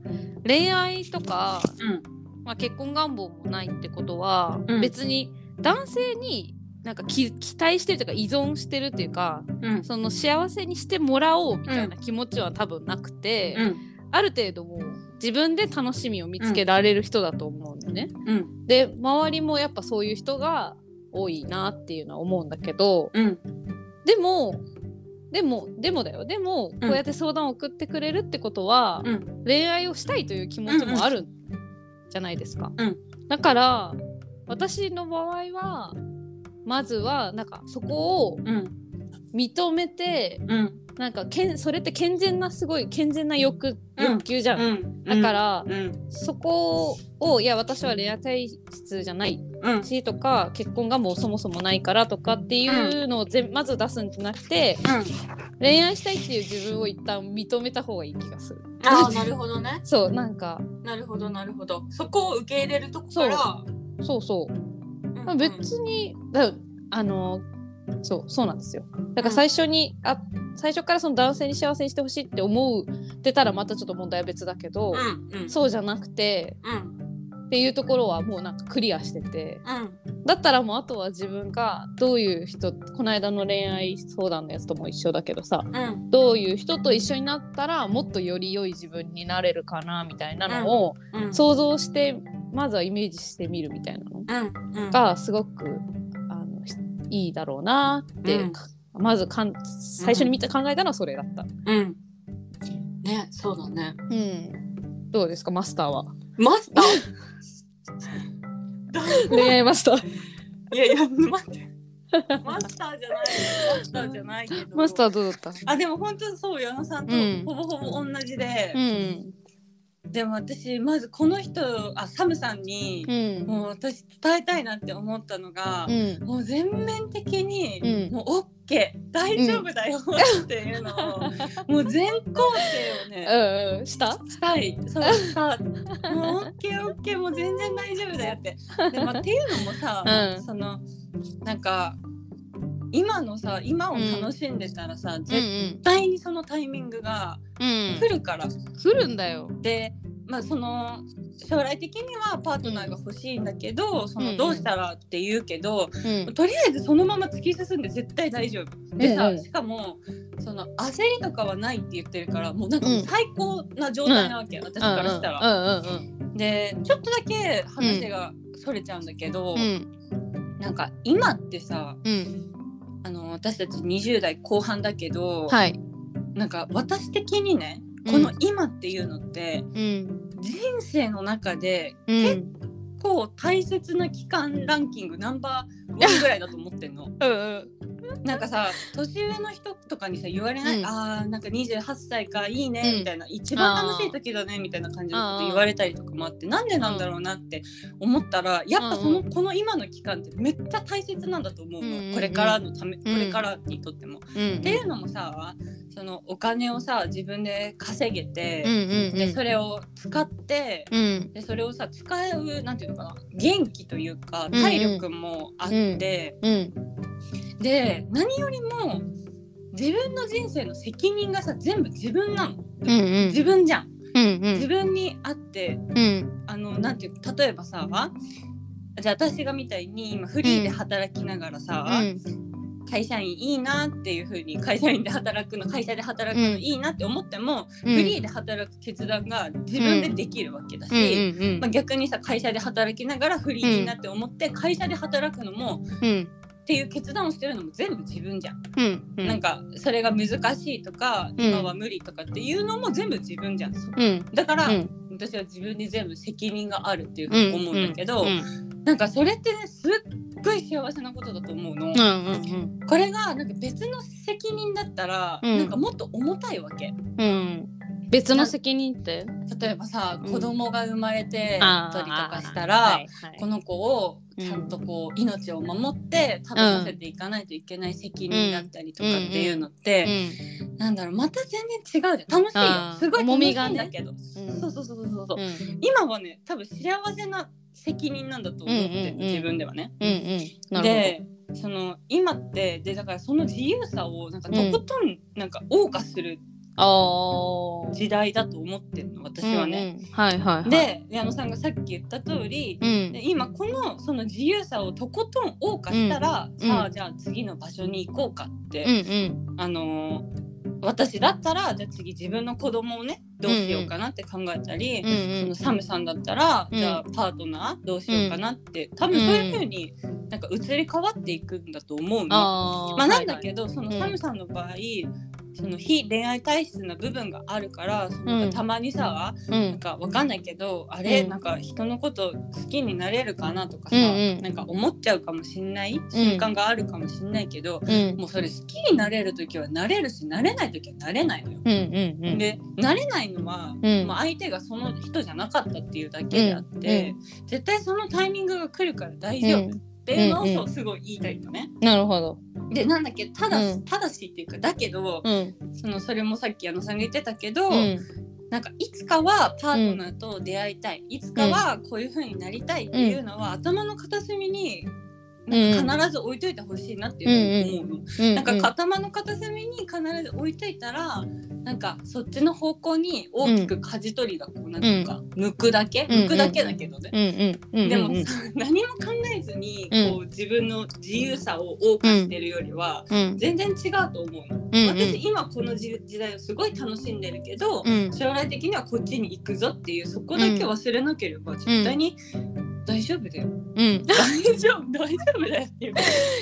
[SPEAKER 1] 恋愛とか
[SPEAKER 2] うん
[SPEAKER 1] まあ、結婚願望もないってことは、
[SPEAKER 2] うん
[SPEAKER 1] 別に男性になんかき期待してるというか依存してるというか
[SPEAKER 2] うん
[SPEAKER 1] その幸せにしてもらおうみたいな気持ちは多分なくて、
[SPEAKER 2] うん
[SPEAKER 1] ある程度もう自分で楽しみを見つけられる人だと思うのね。
[SPEAKER 2] うん
[SPEAKER 1] で周りもやっぱそういう人が多いなっていうのは思うんだけど
[SPEAKER 2] うん
[SPEAKER 1] でもでもでもだよでもこうやって相談を送ってくれるってことは、
[SPEAKER 2] うん
[SPEAKER 1] 恋愛をしたいという気持ちもあるじゃないですか。
[SPEAKER 2] うん
[SPEAKER 1] だから私の場合はまずはなんかそこを
[SPEAKER 2] うん
[SPEAKER 1] 認めて
[SPEAKER 2] うん
[SPEAKER 1] なんかけんそれって健全なすごい健全な欲
[SPEAKER 2] うん
[SPEAKER 1] 欲求じゃん。
[SPEAKER 2] うん
[SPEAKER 1] だから、
[SPEAKER 2] うん
[SPEAKER 1] そこをいや私は恋愛体質じゃない
[SPEAKER 2] うん
[SPEAKER 1] しとか結婚がもうそもそもないからとかっていうのをぜ、まず出すんじゃなくて恋愛したいっていう自分を一旦認めた方がいい気がする。
[SPEAKER 2] ああなるほどね
[SPEAKER 1] そうなんか
[SPEAKER 2] なるほどなるほどそこを受け入れるとこから
[SPEAKER 1] そうそう
[SPEAKER 2] うん
[SPEAKER 1] まあ、別にだあのそうそうなんですよだから最初に、あ最初からその男性に幸せにしてほしいって思う出たらまたちょっと問題は別だけど、
[SPEAKER 2] うんうん
[SPEAKER 1] そうじゃなくて
[SPEAKER 2] うん
[SPEAKER 1] っていうところはもうなんかクリアしてて
[SPEAKER 2] うん
[SPEAKER 1] だったらもうあとは自分がどういう人この間の恋愛相談のやつとも一緒だけどさ
[SPEAKER 2] うん
[SPEAKER 1] どういう人と一緒になったらもっとより良い自分になれるかなみたいなのを
[SPEAKER 2] うん
[SPEAKER 1] 想像してまずはイメージしてみるみたいなの
[SPEAKER 2] うんうん
[SPEAKER 1] がすごくあのひいいだろうなって、
[SPEAKER 2] うん
[SPEAKER 1] まずかん最初に見た、考えたのはそれだった。
[SPEAKER 2] うんねそうだね
[SPEAKER 1] うん、どうですかマスターは
[SPEAKER 2] マス
[SPEAKER 1] (laughs)
[SPEAKER 2] ター
[SPEAKER 1] 恋愛マスター
[SPEAKER 2] いやいや待ってマスターじゃないマスターじゃないけど
[SPEAKER 1] マスターどうだった
[SPEAKER 2] あでも本当にそう矢野さんと
[SPEAKER 1] うん
[SPEAKER 2] ほぼほぼ同じで
[SPEAKER 1] う、ん
[SPEAKER 2] でも私まずこの人あサムさんに
[SPEAKER 1] う、ん
[SPEAKER 2] もう私伝えたいなって思ったのが
[SPEAKER 1] う、ん
[SPEAKER 2] もう全面的に、
[SPEAKER 1] うん
[SPEAKER 2] もうオッケー大丈夫だよっていうのを、もう全肯定をね、
[SPEAKER 1] うんうんした
[SPEAKER 2] したいそうしたもうオッケーオッケーもう全然大丈夫だよってで、まあ、っていうのもさ、
[SPEAKER 1] うん
[SPEAKER 2] そのなんか今のさ今を楽しんでたらさ、
[SPEAKER 1] うんう
[SPEAKER 2] 絶
[SPEAKER 1] ん
[SPEAKER 2] 対にそのタイミングが
[SPEAKER 1] うん
[SPEAKER 2] 来るから、
[SPEAKER 1] 来るんだよ
[SPEAKER 2] で、まあ、その将来的にはパートナーが欲しいんだけど、そのどうしたらって言うけど、
[SPEAKER 1] うん
[SPEAKER 2] とりあえずそのまま突き進んで絶対大丈夫でさ、
[SPEAKER 1] うんうん
[SPEAKER 2] しかもその焦りとかはないって言ってるからもうなんかもううん最高な状態なわけ、私からしたら。
[SPEAKER 1] うん
[SPEAKER 2] でちょっとだけ話がそれちゃうんだけど、
[SPEAKER 1] うんうん
[SPEAKER 2] なんか今ってさ
[SPEAKER 1] うんうん
[SPEAKER 2] あの私たち20代後半だけど、
[SPEAKER 1] はい
[SPEAKER 2] なんか私的にね
[SPEAKER 1] うん
[SPEAKER 2] この今っていうのって、
[SPEAKER 1] うん
[SPEAKER 2] 人生の中で
[SPEAKER 1] うん
[SPEAKER 2] 結構大切な期間ランキングナンバーワンぐらいだと思ってんの
[SPEAKER 1] うん
[SPEAKER 2] なんかさ年上の人とかにさ言われない、
[SPEAKER 1] うん
[SPEAKER 2] あーなんか28歳かいいね
[SPEAKER 1] うん
[SPEAKER 2] みたいな、一番楽しい時だねみたいな感じのこと言われたりとかもあってなんでなんだろうなって思ったらやっぱその、この今の期間ってめっちゃ大切なんだと思うの、
[SPEAKER 1] うんうんうん
[SPEAKER 2] これからのためこれからにとっても。
[SPEAKER 1] うん
[SPEAKER 2] っていうのもさそのお金をさ自分で稼げて、
[SPEAKER 1] うんうん
[SPEAKER 2] でそれを使って、
[SPEAKER 1] うん
[SPEAKER 2] でそれをさ使うなんていうのかな元気というか
[SPEAKER 1] うんうん
[SPEAKER 2] 体力もあって、
[SPEAKER 1] うん
[SPEAKER 2] で何よりも自分の人生の責任がさ全部自分なの、
[SPEAKER 1] うんうん
[SPEAKER 2] 自分じゃん、
[SPEAKER 1] うんう
[SPEAKER 2] 自
[SPEAKER 1] ん
[SPEAKER 2] 分にあって
[SPEAKER 1] うん
[SPEAKER 2] あのなんていうか例えばさじゃあ私がみたいに今フリーで働きながらさ、
[SPEAKER 1] うん
[SPEAKER 2] 会社員いいなっていう風に会社員で働くの会社で働くのいいなって思っても、フリーで働く決断が自分でできるわけだし、
[SPEAKER 1] うんうん
[SPEAKER 2] まあ、逆にさ会社で働きながらフリーになって思って、会社で働くのも
[SPEAKER 1] うん
[SPEAKER 2] っていう決断をしてるのも全部自分じゃん、
[SPEAKER 1] うんうん
[SPEAKER 2] なんかそれが難しいとか、
[SPEAKER 1] うん
[SPEAKER 2] 今は無理とかっていうのも全部自分じゃんそ
[SPEAKER 1] うん
[SPEAKER 2] だから、
[SPEAKER 1] うん
[SPEAKER 2] 私は自分に全部責任があるっていうふう
[SPEAKER 1] う
[SPEAKER 2] に思うんだけど、
[SPEAKER 1] うん
[SPEAKER 2] なんかそれってねすっごい幸せなことだと思うの、
[SPEAKER 1] うんうん
[SPEAKER 2] これがなんか別の責任だったら、
[SPEAKER 1] うん
[SPEAKER 2] なんかもっと重たいわけ
[SPEAKER 1] うんうん別の責任って
[SPEAKER 2] 例えばさ、
[SPEAKER 1] うん
[SPEAKER 2] 子供が生まれて
[SPEAKER 1] あ
[SPEAKER 2] たりとかしたら、
[SPEAKER 1] はいはい
[SPEAKER 2] この子をちゃんとこう命を守って食べさせていかないといけない責任だったりとかっていうのって、
[SPEAKER 1] う
[SPEAKER 2] なんだろうまた全然違うじゃん楽しい
[SPEAKER 1] あ
[SPEAKER 2] よ
[SPEAKER 1] ー
[SPEAKER 2] すごい
[SPEAKER 1] 重
[SPEAKER 2] 楽し
[SPEAKER 1] み
[SPEAKER 2] い
[SPEAKER 1] が
[SPEAKER 2] ん
[SPEAKER 1] ね
[SPEAKER 2] だけど、
[SPEAKER 1] うん
[SPEAKER 2] そうそうそうそうそう、
[SPEAKER 1] ん
[SPEAKER 2] 今はね多分幸せな責任なんだと思ってる、
[SPEAKER 1] うんうんうん
[SPEAKER 2] 自分ではね。
[SPEAKER 1] うんうんなる
[SPEAKER 2] でその今ってでだからその自由さをなんかとことんなんか謳歌する
[SPEAKER 1] あー
[SPEAKER 2] 時代だと思ってるの私はね。
[SPEAKER 1] うんうんはいはいはい、
[SPEAKER 2] で矢野さんがさっき言った通り、
[SPEAKER 1] うん
[SPEAKER 2] で今このその自由さをとことん謳歌したら、
[SPEAKER 1] ん
[SPEAKER 2] さ
[SPEAKER 1] う
[SPEAKER 2] あ
[SPEAKER 1] ん
[SPEAKER 2] じゃあ次の場所に行こうかって、
[SPEAKER 1] うん
[SPEAKER 2] あのー私だったらじゃあ次自分の子供をねどうしようかなって考えたり、
[SPEAKER 1] うんうん
[SPEAKER 2] そうの
[SPEAKER 1] ん
[SPEAKER 2] サムさんだったら、
[SPEAKER 1] うん
[SPEAKER 2] じゃあパートナーどうしようかなって、多分そういう風になんか移り変わっていくんだと思うの。
[SPEAKER 1] あー
[SPEAKER 2] まあ、なんだけど、その
[SPEAKER 1] うん
[SPEAKER 2] サムさんの場合、その非恋愛体質な部分があるからその
[SPEAKER 1] うん
[SPEAKER 2] なんかたまにさ、
[SPEAKER 1] はいはい
[SPEAKER 2] なんかわかんないけどあれ、
[SPEAKER 1] うん
[SPEAKER 2] なんか人のこと好きになれるかなとかさ、
[SPEAKER 1] うんうん
[SPEAKER 2] なんか思っちゃうかもしんない瞬間があるかもしんないけど、
[SPEAKER 1] うんうん
[SPEAKER 2] もうそれ好きになれる時はなれるしなれない時はなれないのよ。
[SPEAKER 1] うんうんうん
[SPEAKER 2] でなれないのは、
[SPEAKER 1] うん
[SPEAKER 2] まあ、相手がその人じゃなかったっていうだけであって、絶対そのタイミングが来るから大丈夫
[SPEAKER 1] う
[SPEAKER 2] っ
[SPEAKER 1] ん
[SPEAKER 2] ていうのを、
[SPEAKER 1] うんうん
[SPEAKER 2] そうすごい言いたいのね。
[SPEAKER 1] なるほど
[SPEAKER 2] でなんだっけただ,、
[SPEAKER 1] うん
[SPEAKER 2] ただしっていうかだけど、
[SPEAKER 1] うん
[SPEAKER 2] そのそれもさっき矢野さんが言ってたけど、
[SPEAKER 1] うん
[SPEAKER 2] なんかいつかはパートナーと出会いたい、いつかはこういう風になりたいっていうのは、頭の片隅になんか必ず置いといてほしいなっていうふうに思うの、
[SPEAKER 1] うん
[SPEAKER 2] なんか頭の片隅に必ず置いといたらなんかそっちの方向に大きく舵取りがこうなんていうか、向くだけ
[SPEAKER 1] うん
[SPEAKER 2] 向くだけだけどね、
[SPEAKER 1] うんうんうんうん
[SPEAKER 2] でも
[SPEAKER 1] うん
[SPEAKER 2] さ何も考えずに
[SPEAKER 1] うん
[SPEAKER 2] こう自分の自由さを謳歌してるよりは
[SPEAKER 1] うん
[SPEAKER 2] 全然違うと思うの。
[SPEAKER 1] うんうん
[SPEAKER 2] 私今この時時代をすごい楽しんでるけど、
[SPEAKER 1] うん
[SPEAKER 2] 将来的にはこっちに行くぞっていうそこだけ忘れなければ絶対に大丈夫
[SPEAKER 1] (laughs)
[SPEAKER 2] だよ、
[SPEAKER 1] うん
[SPEAKER 2] 大丈夫大丈夫だよっていう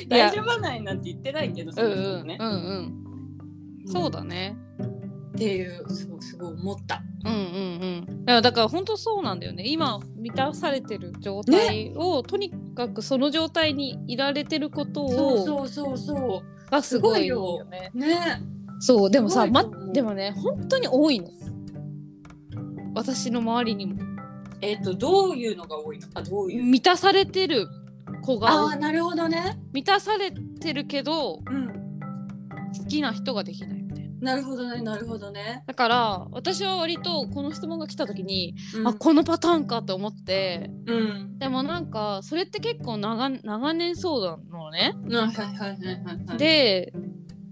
[SPEAKER 1] や
[SPEAKER 2] 大丈夫ないなんて言ってないけどそ
[SPEAKER 1] うん
[SPEAKER 2] の
[SPEAKER 1] う
[SPEAKER 2] 人も
[SPEAKER 1] ん
[SPEAKER 2] ね、
[SPEAKER 1] うんうんそうだね
[SPEAKER 2] っていうそうすごい思った
[SPEAKER 1] うんうんうんだからだから本当そうなんだよね今満たされてる状態を、とにかくその状態にいられてることを
[SPEAKER 2] そうそうそうそ
[SPEAKER 1] がすごい
[SPEAKER 2] すごい
[SPEAKER 1] よね
[SPEAKER 2] うね
[SPEAKER 1] そうでもさ、
[SPEAKER 2] すごい
[SPEAKER 1] ま
[SPEAKER 2] と思う、
[SPEAKER 1] でもね本当に多いの私の周りにも
[SPEAKER 2] えっ、とどういうのが多いのあどういう
[SPEAKER 1] 満たされてる子
[SPEAKER 2] あ
[SPEAKER 1] が
[SPEAKER 2] あなるほどね
[SPEAKER 1] 満たされてるけど
[SPEAKER 2] うん
[SPEAKER 1] 好きな人ができないみたいな
[SPEAKER 2] なるほどねなるほどね、
[SPEAKER 1] だから私は割とこの質問が来た時に、
[SPEAKER 2] うん、
[SPEAKER 1] あこのパターンかと思って
[SPEAKER 2] うん
[SPEAKER 1] でもなんかそれって結構長長年そうなのね。
[SPEAKER 2] うんはいはいはいはいはい
[SPEAKER 1] で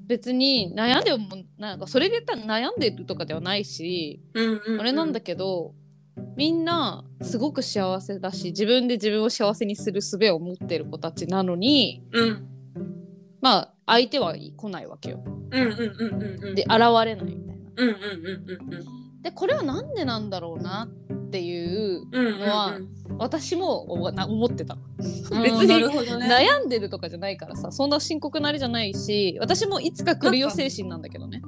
[SPEAKER 1] 別に悩んでもなんかそれで言ったら悩んでるとかではないし、
[SPEAKER 2] うんうん
[SPEAKER 1] あれなんだけどみんなすごく幸せだし自分で自分を幸せにする術を持ってる子たちなのに
[SPEAKER 2] うん
[SPEAKER 1] まあ相手は来ないわけよ。
[SPEAKER 2] うんうんうんうんうん
[SPEAKER 1] で現れないみたいな。
[SPEAKER 2] うんうんうんうん
[SPEAKER 1] でこれは何でなんだろうなっていう
[SPEAKER 2] うんうん
[SPEAKER 1] のは私もおな思ってた。別
[SPEAKER 2] うんなる
[SPEAKER 1] に
[SPEAKER 2] ほどね
[SPEAKER 1] 悩んでるとかじゃないからさそんな深刻なあれじゃないし私もいつか来るよ精神なんだけどね。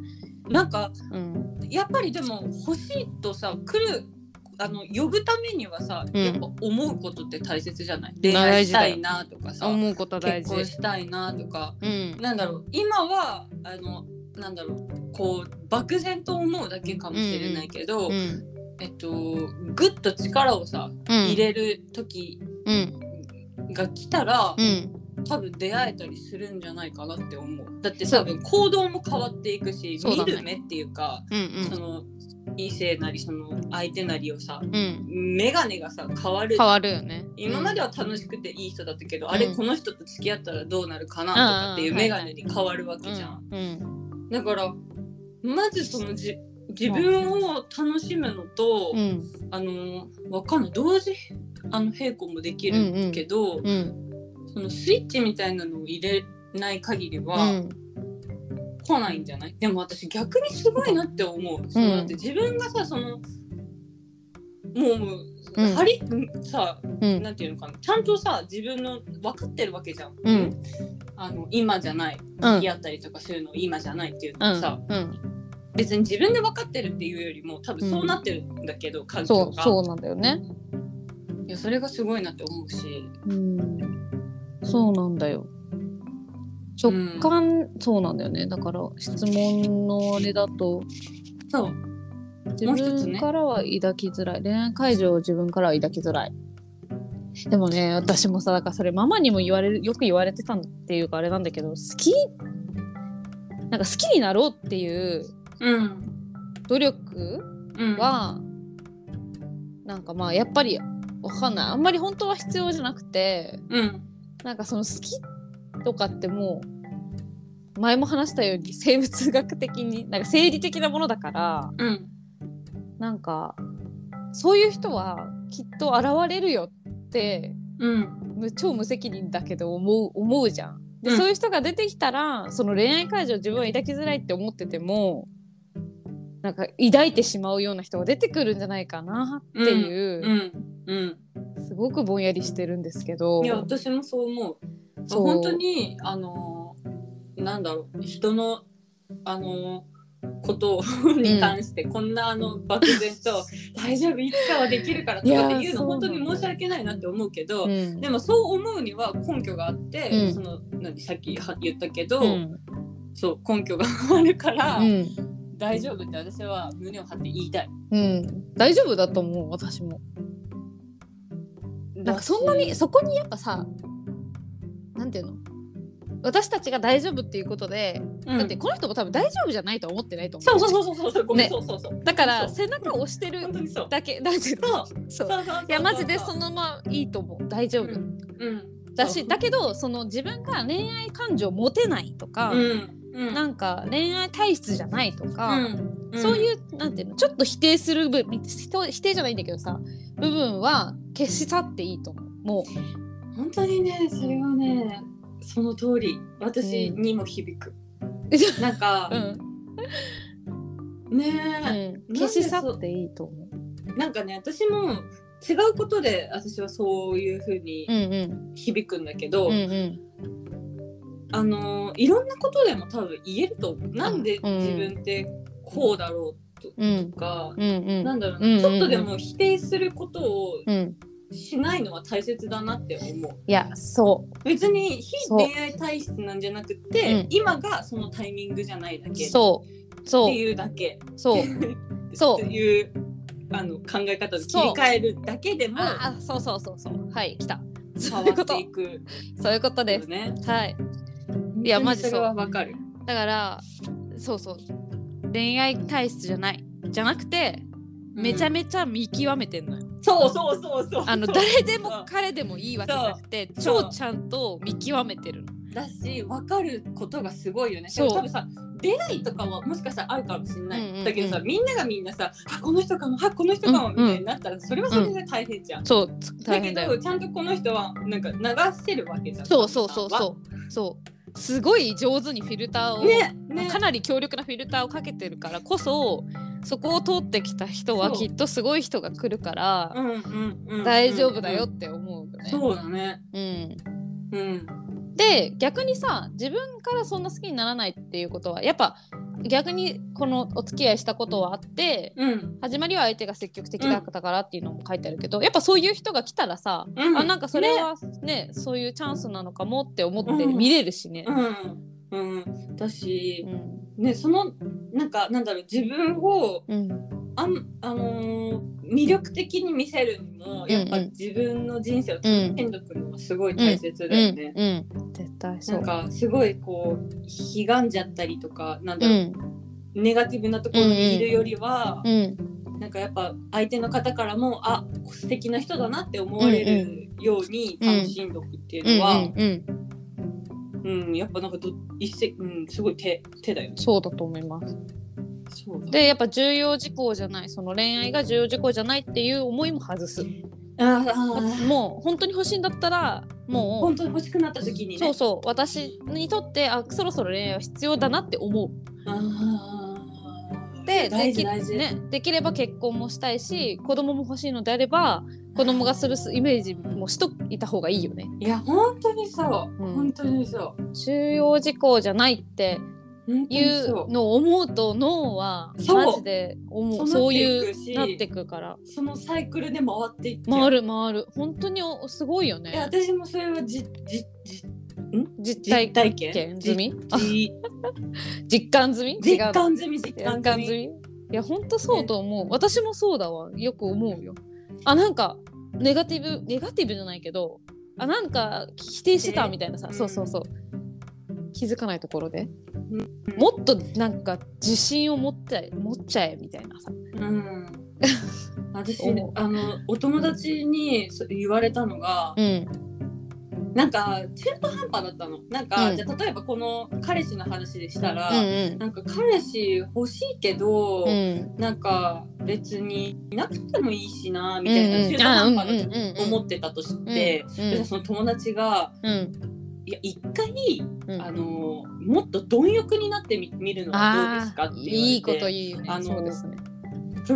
[SPEAKER 2] なんか
[SPEAKER 1] うん、
[SPEAKER 2] やっぱりでも欲しいとさ来るあの呼ぶためにはさ、
[SPEAKER 1] うん
[SPEAKER 2] やっぱ思うことって大切じゃない恋愛したいなとかさ
[SPEAKER 1] 思うことは大
[SPEAKER 2] 結
[SPEAKER 1] 事。
[SPEAKER 2] 婚したいなとか
[SPEAKER 1] うん、
[SPEAKER 2] なんだろう今はあのなんだろうこう漠然と思うだけかもしれないけど、
[SPEAKER 1] うん
[SPEAKER 2] えっとぐっと力をさ入れる時
[SPEAKER 1] うん
[SPEAKER 2] が来たら、
[SPEAKER 1] うん
[SPEAKER 2] 多分出会えたりするんじゃないかなって思うだって
[SPEAKER 1] そう
[SPEAKER 2] 多分行動も変わっていくし、
[SPEAKER 1] そうだ
[SPEAKER 2] 見
[SPEAKER 1] ね
[SPEAKER 2] る目っていうか
[SPEAKER 1] うん
[SPEAKER 2] その異性なりその相手なりをさ
[SPEAKER 1] うんうん
[SPEAKER 2] 眼鏡がさ変わる
[SPEAKER 1] 変わるよね。
[SPEAKER 2] 今までは楽しくていい人だったけど、あれ
[SPEAKER 1] うん
[SPEAKER 2] この人と付き合ったらどうなるかなとかっていう
[SPEAKER 1] ああ
[SPEAKER 2] 眼鏡に変わるわけじゃん、
[SPEAKER 1] うんうん
[SPEAKER 2] だからまずそのじ自分を楽しむのと、
[SPEAKER 1] うん
[SPEAKER 2] あのわかんない同時あの並行もできるけど、
[SPEAKER 1] うん
[SPEAKER 2] そのスイッチみたいなのを入れない限り
[SPEAKER 1] う
[SPEAKER 2] は、
[SPEAKER 1] ん
[SPEAKER 2] 来ないんじゃないでも私逆にすごいなって思う、そのだって自分がさそのもう、
[SPEAKER 1] うん
[SPEAKER 2] 張りさ
[SPEAKER 1] うん
[SPEAKER 2] なんていうのかなちゃんとさ自分の分かってるわけじゃん、
[SPEAKER 1] うん
[SPEAKER 2] あの今じゃない
[SPEAKER 1] うん
[SPEAKER 2] 付き合ったりとかするの今じゃないっていうのはさ、
[SPEAKER 1] うん
[SPEAKER 2] 別に自分で分かってるっていうよりも多分そうなってるんだけど、環
[SPEAKER 1] そ
[SPEAKER 2] 境
[SPEAKER 1] う
[SPEAKER 2] が
[SPEAKER 1] そうなんだよね。
[SPEAKER 2] いやそれがすごいなって思うし
[SPEAKER 1] うんそうなんだよ。直感、そうなんだよね。だから質問のあれだと
[SPEAKER 2] そう
[SPEAKER 1] 自
[SPEAKER 2] もう一つね
[SPEAKER 1] 分からは抱きづらい、恋愛会場を自分からは抱きづらい。でもね私もさだからそれママにも言われるよく言われてたっていうかあれなんだけど好きなんか好きになろうっていう
[SPEAKER 2] うん
[SPEAKER 1] 努力
[SPEAKER 2] うん
[SPEAKER 1] は、なんかまあやっぱりわかんないあんまり本当は必要じゃなくて
[SPEAKER 2] うん
[SPEAKER 1] なんかその好きとかってもう前も話したように生物学的になんか生理的なものだから
[SPEAKER 2] うん
[SPEAKER 1] なんかそういう人はきっと現れるよって
[SPEAKER 2] うん
[SPEAKER 1] む超無責任だけど思う思うじゃん。で、
[SPEAKER 2] うん
[SPEAKER 1] そういう人が出てきたらその恋愛感情を自分は抱きづらいって思っててもなんか抱いてしまうような人が出てくるんじゃないかなって
[SPEAKER 2] う
[SPEAKER 1] いう、
[SPEAKER 2] んうん
[SPEAKER 1] すごくぼんやりしてるんですけど
[SPEAKER 2] いや私もそう思う
[SPEAKER 1] そう
[SPEAKER 2] 本当にあのーなんだろう人のあのーこと
[SPEAKER 1] (laughs)
[SPEAKER 2] をに関してこんなあの漠然と「大丈夫いつかはできるから」とかって
[SPEAKER 1] い
[SPEAKER 2] 言
[SPEAKER 1] や
[SPEAKER 2] う
[SPEAKER 1] そ
[SPEAKER 2] の
[SPEAKER 1] う
[SPEAKER 2] 本当に申し訳ないなって思うけど、
[SPEAKER 1] うん
[SPEAKER 2] でもそう思うには根拠があって、
[SPEAKER 1] うん
[SPEAKER 2] その何さっきは言ったけど、
[SPEAKER 1] うん
[SPEAKER 2] そう根拠があるから、
[SPEAKER 1] うん
[SPEAKER 2] 大丈夫って私は胸を張って言いたい。
[SPEAKER 1] うん、大丈夫だと思う私もなんかそんなにそこにやっぱさなんていうの私たちが大丈夫っていうことで、
[SPEAKER 2] うん
[SPEAKER 1] だってこの人も多分大丈夫じゃないと思ってないと思
[SPEAKER 2] そううそうそうそうそうごめ
[SPEAKER 1] ね
[SPEAKER 2] ん、そうそうそう
[SPEAKER 1] だから
[SPEAKER 2] そう
[SPEAKER 1] 背中を押してる
[SPEAKER 2] 本当にそう。
[SPEAKER 1] だけなんていう
[SPEAKER 2] そ
[SPEAKER 1] の
[SPEAKER 2] う
[SPEAKER 1] そう
[SPEAKER 2] そうそうそう
[SPEAKER 1] いやマジでそ
[SPEAKER 2] の
[SPEAKER 1] のままいいと思う大丈夫、
[SPEAKER 2] うんうん
[SPEAKER 1] だ
[SPEAKER 2] そう
[SPEAKER 1] しだけどその自分が恋愛感情持てないとか、
[SPEAKER 2] うんうん
[SPEAKER 1] なんか恋愛体質じゃないとか、
[SPEAKER 2] うん
[SPEAKER 1] そういうなんていうのちょっと否定する部分人否定じゃないんだけどさ部分は消し去っていいと思うも
[SPEAKER 2] 本当にねそれはねその通り私にも響く、
[SPEAKER 1] う、
[SPEAKER 2] なんか
[SPEAKER 1] う、ん (laughs)
[SPEAKER 2] ね
[SPEAKER 1] うん、消し去っていいと思う。
[SPEAKER 2] えなんかね私も違うことで私はそういう風に
[SPEAKER 1] うんうん
[SPEAKER 2] 響くんだけ
[SPEAKER 1] う
[SPEAKER 2] ど、
[SPEAKER 1] んうん
[SPEAKER 2] あのいろんなことでも多分言えると思うなんで自分ってこうだろ
[SPEAKER 1] うん
[SPEAKER 2] うとか、
[SPEAKER 1] うんう
[SPEAKER 2] なんんだろう、
[SPEAKER 1] うんうんうん
[SPEAKER 2] ちょっとでも否定することを
[SPEAKER 1] うん。
[SPEAKER 2] しないのは大切だなって思う
[SPEAKER 1] いやそう
[SPEAKER 2] 別に非
[SPEAKER 1] そう
[SPEAKER 2] 恋愛体質なんじゃなくて、
[SPEAKER 1] うん
[SPEAKER 2] 今がそのタイミングじゃないだけ
[SPEAKER 1] そう
[SPEAKER 2] っ
[SPEAKER 1] そ
[SPEAKER 2] て
[SPEAKER 1] う
[SPEAKER 2] いうだけ
[SPEAKER 1] そう。そう
[SPEAKER 2] っていうあの考え方を切り替えるだけでも
[SPEAKER 1] ああそうそうそうそうはい来た。そ
[SPEAKER 2] 変
[SPEAKER 1] ういう
[SPEAKER 2] わ
[SPEAKER 1] こ
[SPEAKER 2] って
[SPEAKER 1] と
[SPEAKER 2] いく
[SPEAKER 1] そういうことです。
[SPEAKER 2] ね。
[SPEAKER 1] はい。いやマジそう
[SPEAKER 2] れはわかる。
[SPEAKER 1] だからそうそう恋愛体質じゃないじゃなくてめちゃ
[SPEAKER 2] め
[SPEAKER 1] めちゃ見極めてんのよ。
[SPEAKER 2] そうそうそうそう。
[SPEAKER 1] あの
[SPEAKER 2] そう
[SPEAKER 1] 誰でも彼でもいいわけじゃなくて
[SPEAKER 2] そう
[SPEAKER 1] 超ちゃんと見極めてるの。
[SPEAKER 2] だしわかることがすごいよね。
[SPEAKER 1] そう
[SPEAKER 2] でも多分さ出会いとかはもしかしたらあるかもしれない。
[SPEAKER 1] うんうんうん
[SPEAKER 2] だけどさみんながみんなさあこの人かもあこの人かも
[SPEAKER 1] うんう
[SPEAKER 2] み
[SPEAKER 1] ん
[SPEAKER 2] たいになったらそれはそれで大変じゃん。
[SPEAKER 1] そうつ大変だ
[SPEAKER 2] だ
[SPEAKER 1] よ
[SPEAKER 2] け。どちゃんとこの人はなんか流してるわけじゃん。
[SPEAKER 1] そうそうそう
[SPEAKER 2] う。
[SPEAKER 1] そうそうすごい上手にフィルターを、
[SPEAKER 2] ねね。
[SPEAKER 1] かなり強力なフィルターをかけてるからこそそこを通ってきた人は
[SPEAKER 2] そう
[SPEAKER 1] きっとすごい人が来るから
[SPEAKER 2] うんうんうんうん。
[SPEAKER 1] 大丈夫だよって思うよね。
[SPEAKER 2] そうだね。
[SPEAKER 1] うん
[SPEAKER 2] うん。
[SPEAKER 1] で逆にさ自分からそんな好きにならないっていうことはやっぱ逆にこのお付き合いしたことはあって
[SPEAKER 2] うん。
[SPEAKER 1] 始まりは相手が積極的だったからっていうのも書いてあるけど、やっぱそういう人が来たらさ、
[SPEAKER 2] うん
[SPEAKER 1] あなんかそれはねそういうチャンスなのかもって思って見れるしね。
[SPEAKER 2] うん。うん。だし
[SPEAKER 1] う、ん
[SPEAKER 2] ね、その、なんか、なんだろう、自分を、
[SPEAKER 1] うん
[SPEAKER 2] あん、あのー魅力的に見せるにも、やっぱ
[SPEAKER 1] うんうん
[SPEAKER 2] 自分の人生を楽
[SPEAKER 1] うん
[SPEAKER 2] しんどくのはすごい大切だよね。
[SPEAKER 1] うんうん、絶対そ
[SPEAKER 2] な。
[SPEAKER 1] うん
[SPEAKER 2] かすごいこうひがんじゃったりとかなん
[SPEAKER 1] う
[SPEAKER 2] だろう、
[SPEAKER 1] ん
[SPEAKER 2] ネガティブなところにいるよりは、
[SPEAKER 1] うん
[SPEAKER 2] なんかやっぱ相手の方からもあ素敵な人だなって思われるように
[SPEAKER 1] うんうん
[SPEAKER 2] 楽しんどくっていう
[SPEAKER 1] うん
[SPEAKER 2] のは、うん
[SPEAKER 1] うん、
[SPEAKER 2] やっぱなんかど一石、うん、すごい手手だよね。
[SPEAKER 1] そうだと思います。
[SPEAKER 2] そうだ
[SPEAKER 1] でやっぱ重要事項じゃないその恋愛が重要事項じゃないっていう思いも外す。
[SPEAKER 2] あ
[SPEAKER 1] もう本当に欲しいんだったら
[SPEAKER 2] あ
[SPEAKER 1] も
[SPEAKER 2] 本当に欲しくなった時にね。
[SPEAKER 1] そうそう私にとってあそろそろ恋愛は必要だなって思う。
[SPEAKER 2] ああ
[SPEAKER 1] で
[SPEAKER 2] 大
[SPEAKER 1] で
[SPEAKER 2] 事
[SPEAKER 1] き,、
[SPEAKER 2] 大事。
[SPEAKER 1] ね、できれば結婚もしたいし子供も欲しいのであれば子供がするイメージもしといた方がいいよね。
[SPEAKER 2] いや本当にそう、
[SPEAKER 1] うん
[SPEAKER 2] 本当にそう
[SPEAKER 1] 重要事項じゃないって
[SPEAKER 2] 本当
[SPEAKER 1] い
[SPEAKER 2] にそう
[SPEAKER 1] うのを思うと脳は
[SPEAKER 2] そう
[SPEAKER 1] マジで思う
[SPEAKER 2] そ
[SPEAKER 1] そうう
[SPEAKER 2] なって
[SPEAKER 1] い
[SPEAKER 2] いくし
[SPEAKER 1] うなってくから
[SPEAKER 2] そのサイクルで回っていって。
[SPEAKER 1] 回
[SPEAKER 2] る。
[SPEAKER 1] る回る本当におすごいよ
[SPEAKER 2] いや
[SPEAKER 1] ね
[SPEAKER 2] 私もそれはじじじ
[SPEAKER 1] 実
[SPEAKER 2] 実
[SPEAKER 1] 体
[SPEAKER 2] 体験
[SPEAKER 1] 験済み
[SPEAKER 2] じ
[SPEAKER 1] 実感済み
[SPEAKER 2] 実
[SPEAKER 1] 違う
[SPEAKER 2] 感済み実
[SPEAKER 1] 実
[SPEAKER 2] 感
[SPEAKER 1] 感
[SPEAKER 2] 済み
[SPEAKER 1] 済。みいや本当そうと思う私もそうだわよく思うよあなんかネガティブネガティブじゃないけどあなんか否定してた
[SPEAKER 2] ね
[SPEAKER 1] みたいなさ、
[SPEAKER 2] うん
[SPEAKER 1] そうそうそう気づかないところで、
[SPEAKER 2] う
[SPEAKER 1] もっとなんか自信を持って持っちゃえみたいなさ (laughs)
[SPEAKER 2] うん。私
[SPEAKER 1] 思う
[SPEAKER 2] あのお友達にそう言われたのが、
[SPEAKER 1] うん
[SPEAKER 2] なんか中途半端だったのなんか、
[SPEAKER 1] うん
[SPEAKER 2] じゃあ例えばこの彼氏の話でしたら、
[SPEAKER 1] うん
[SPEAKER 2] なんか彼氏欲しいけど、
[SPEAKER 1] うん
[SPEAKER 2] なんか別にいなくてもいいしなみ
[SPEAKER 1] う
[SPEAKER 2] たいな、中
[SPEAKER 1] ん
[SPEAKER 2] 途
[SPEAKER 1] あうん
[SPEAKER 2] 半
[SPEAKER 1] うん
[SPEAKER 2] 端だ
[SPEAKER 1] うん
[SPEAKER 2] と
[SPEAKER 1] うん
[SPEAKER 2] 思ってたとして、
[SPEAKER 1] う
[SPEAKER 2] で
[SPEAKER 1] ん
[SPEAKER 2] その友達が
[SPEAKER 1] うん
[SPEAKER 2] 「いや一回、
[SPEAKER 1] うん
[SPEAKER 2] あのもっと貪欲になってみ見るのはどうですか?」っ
[SPEAKER 1] あ
[SPEAKER 2] て
[SPEAKER 1] ー
[SPEAKER 2] 言われて
[SPEAKER 1] いいこと言うよね
[SPEAKER 2] あの
[SPEAKER 1] そうですね
[SPEAKER 2] プ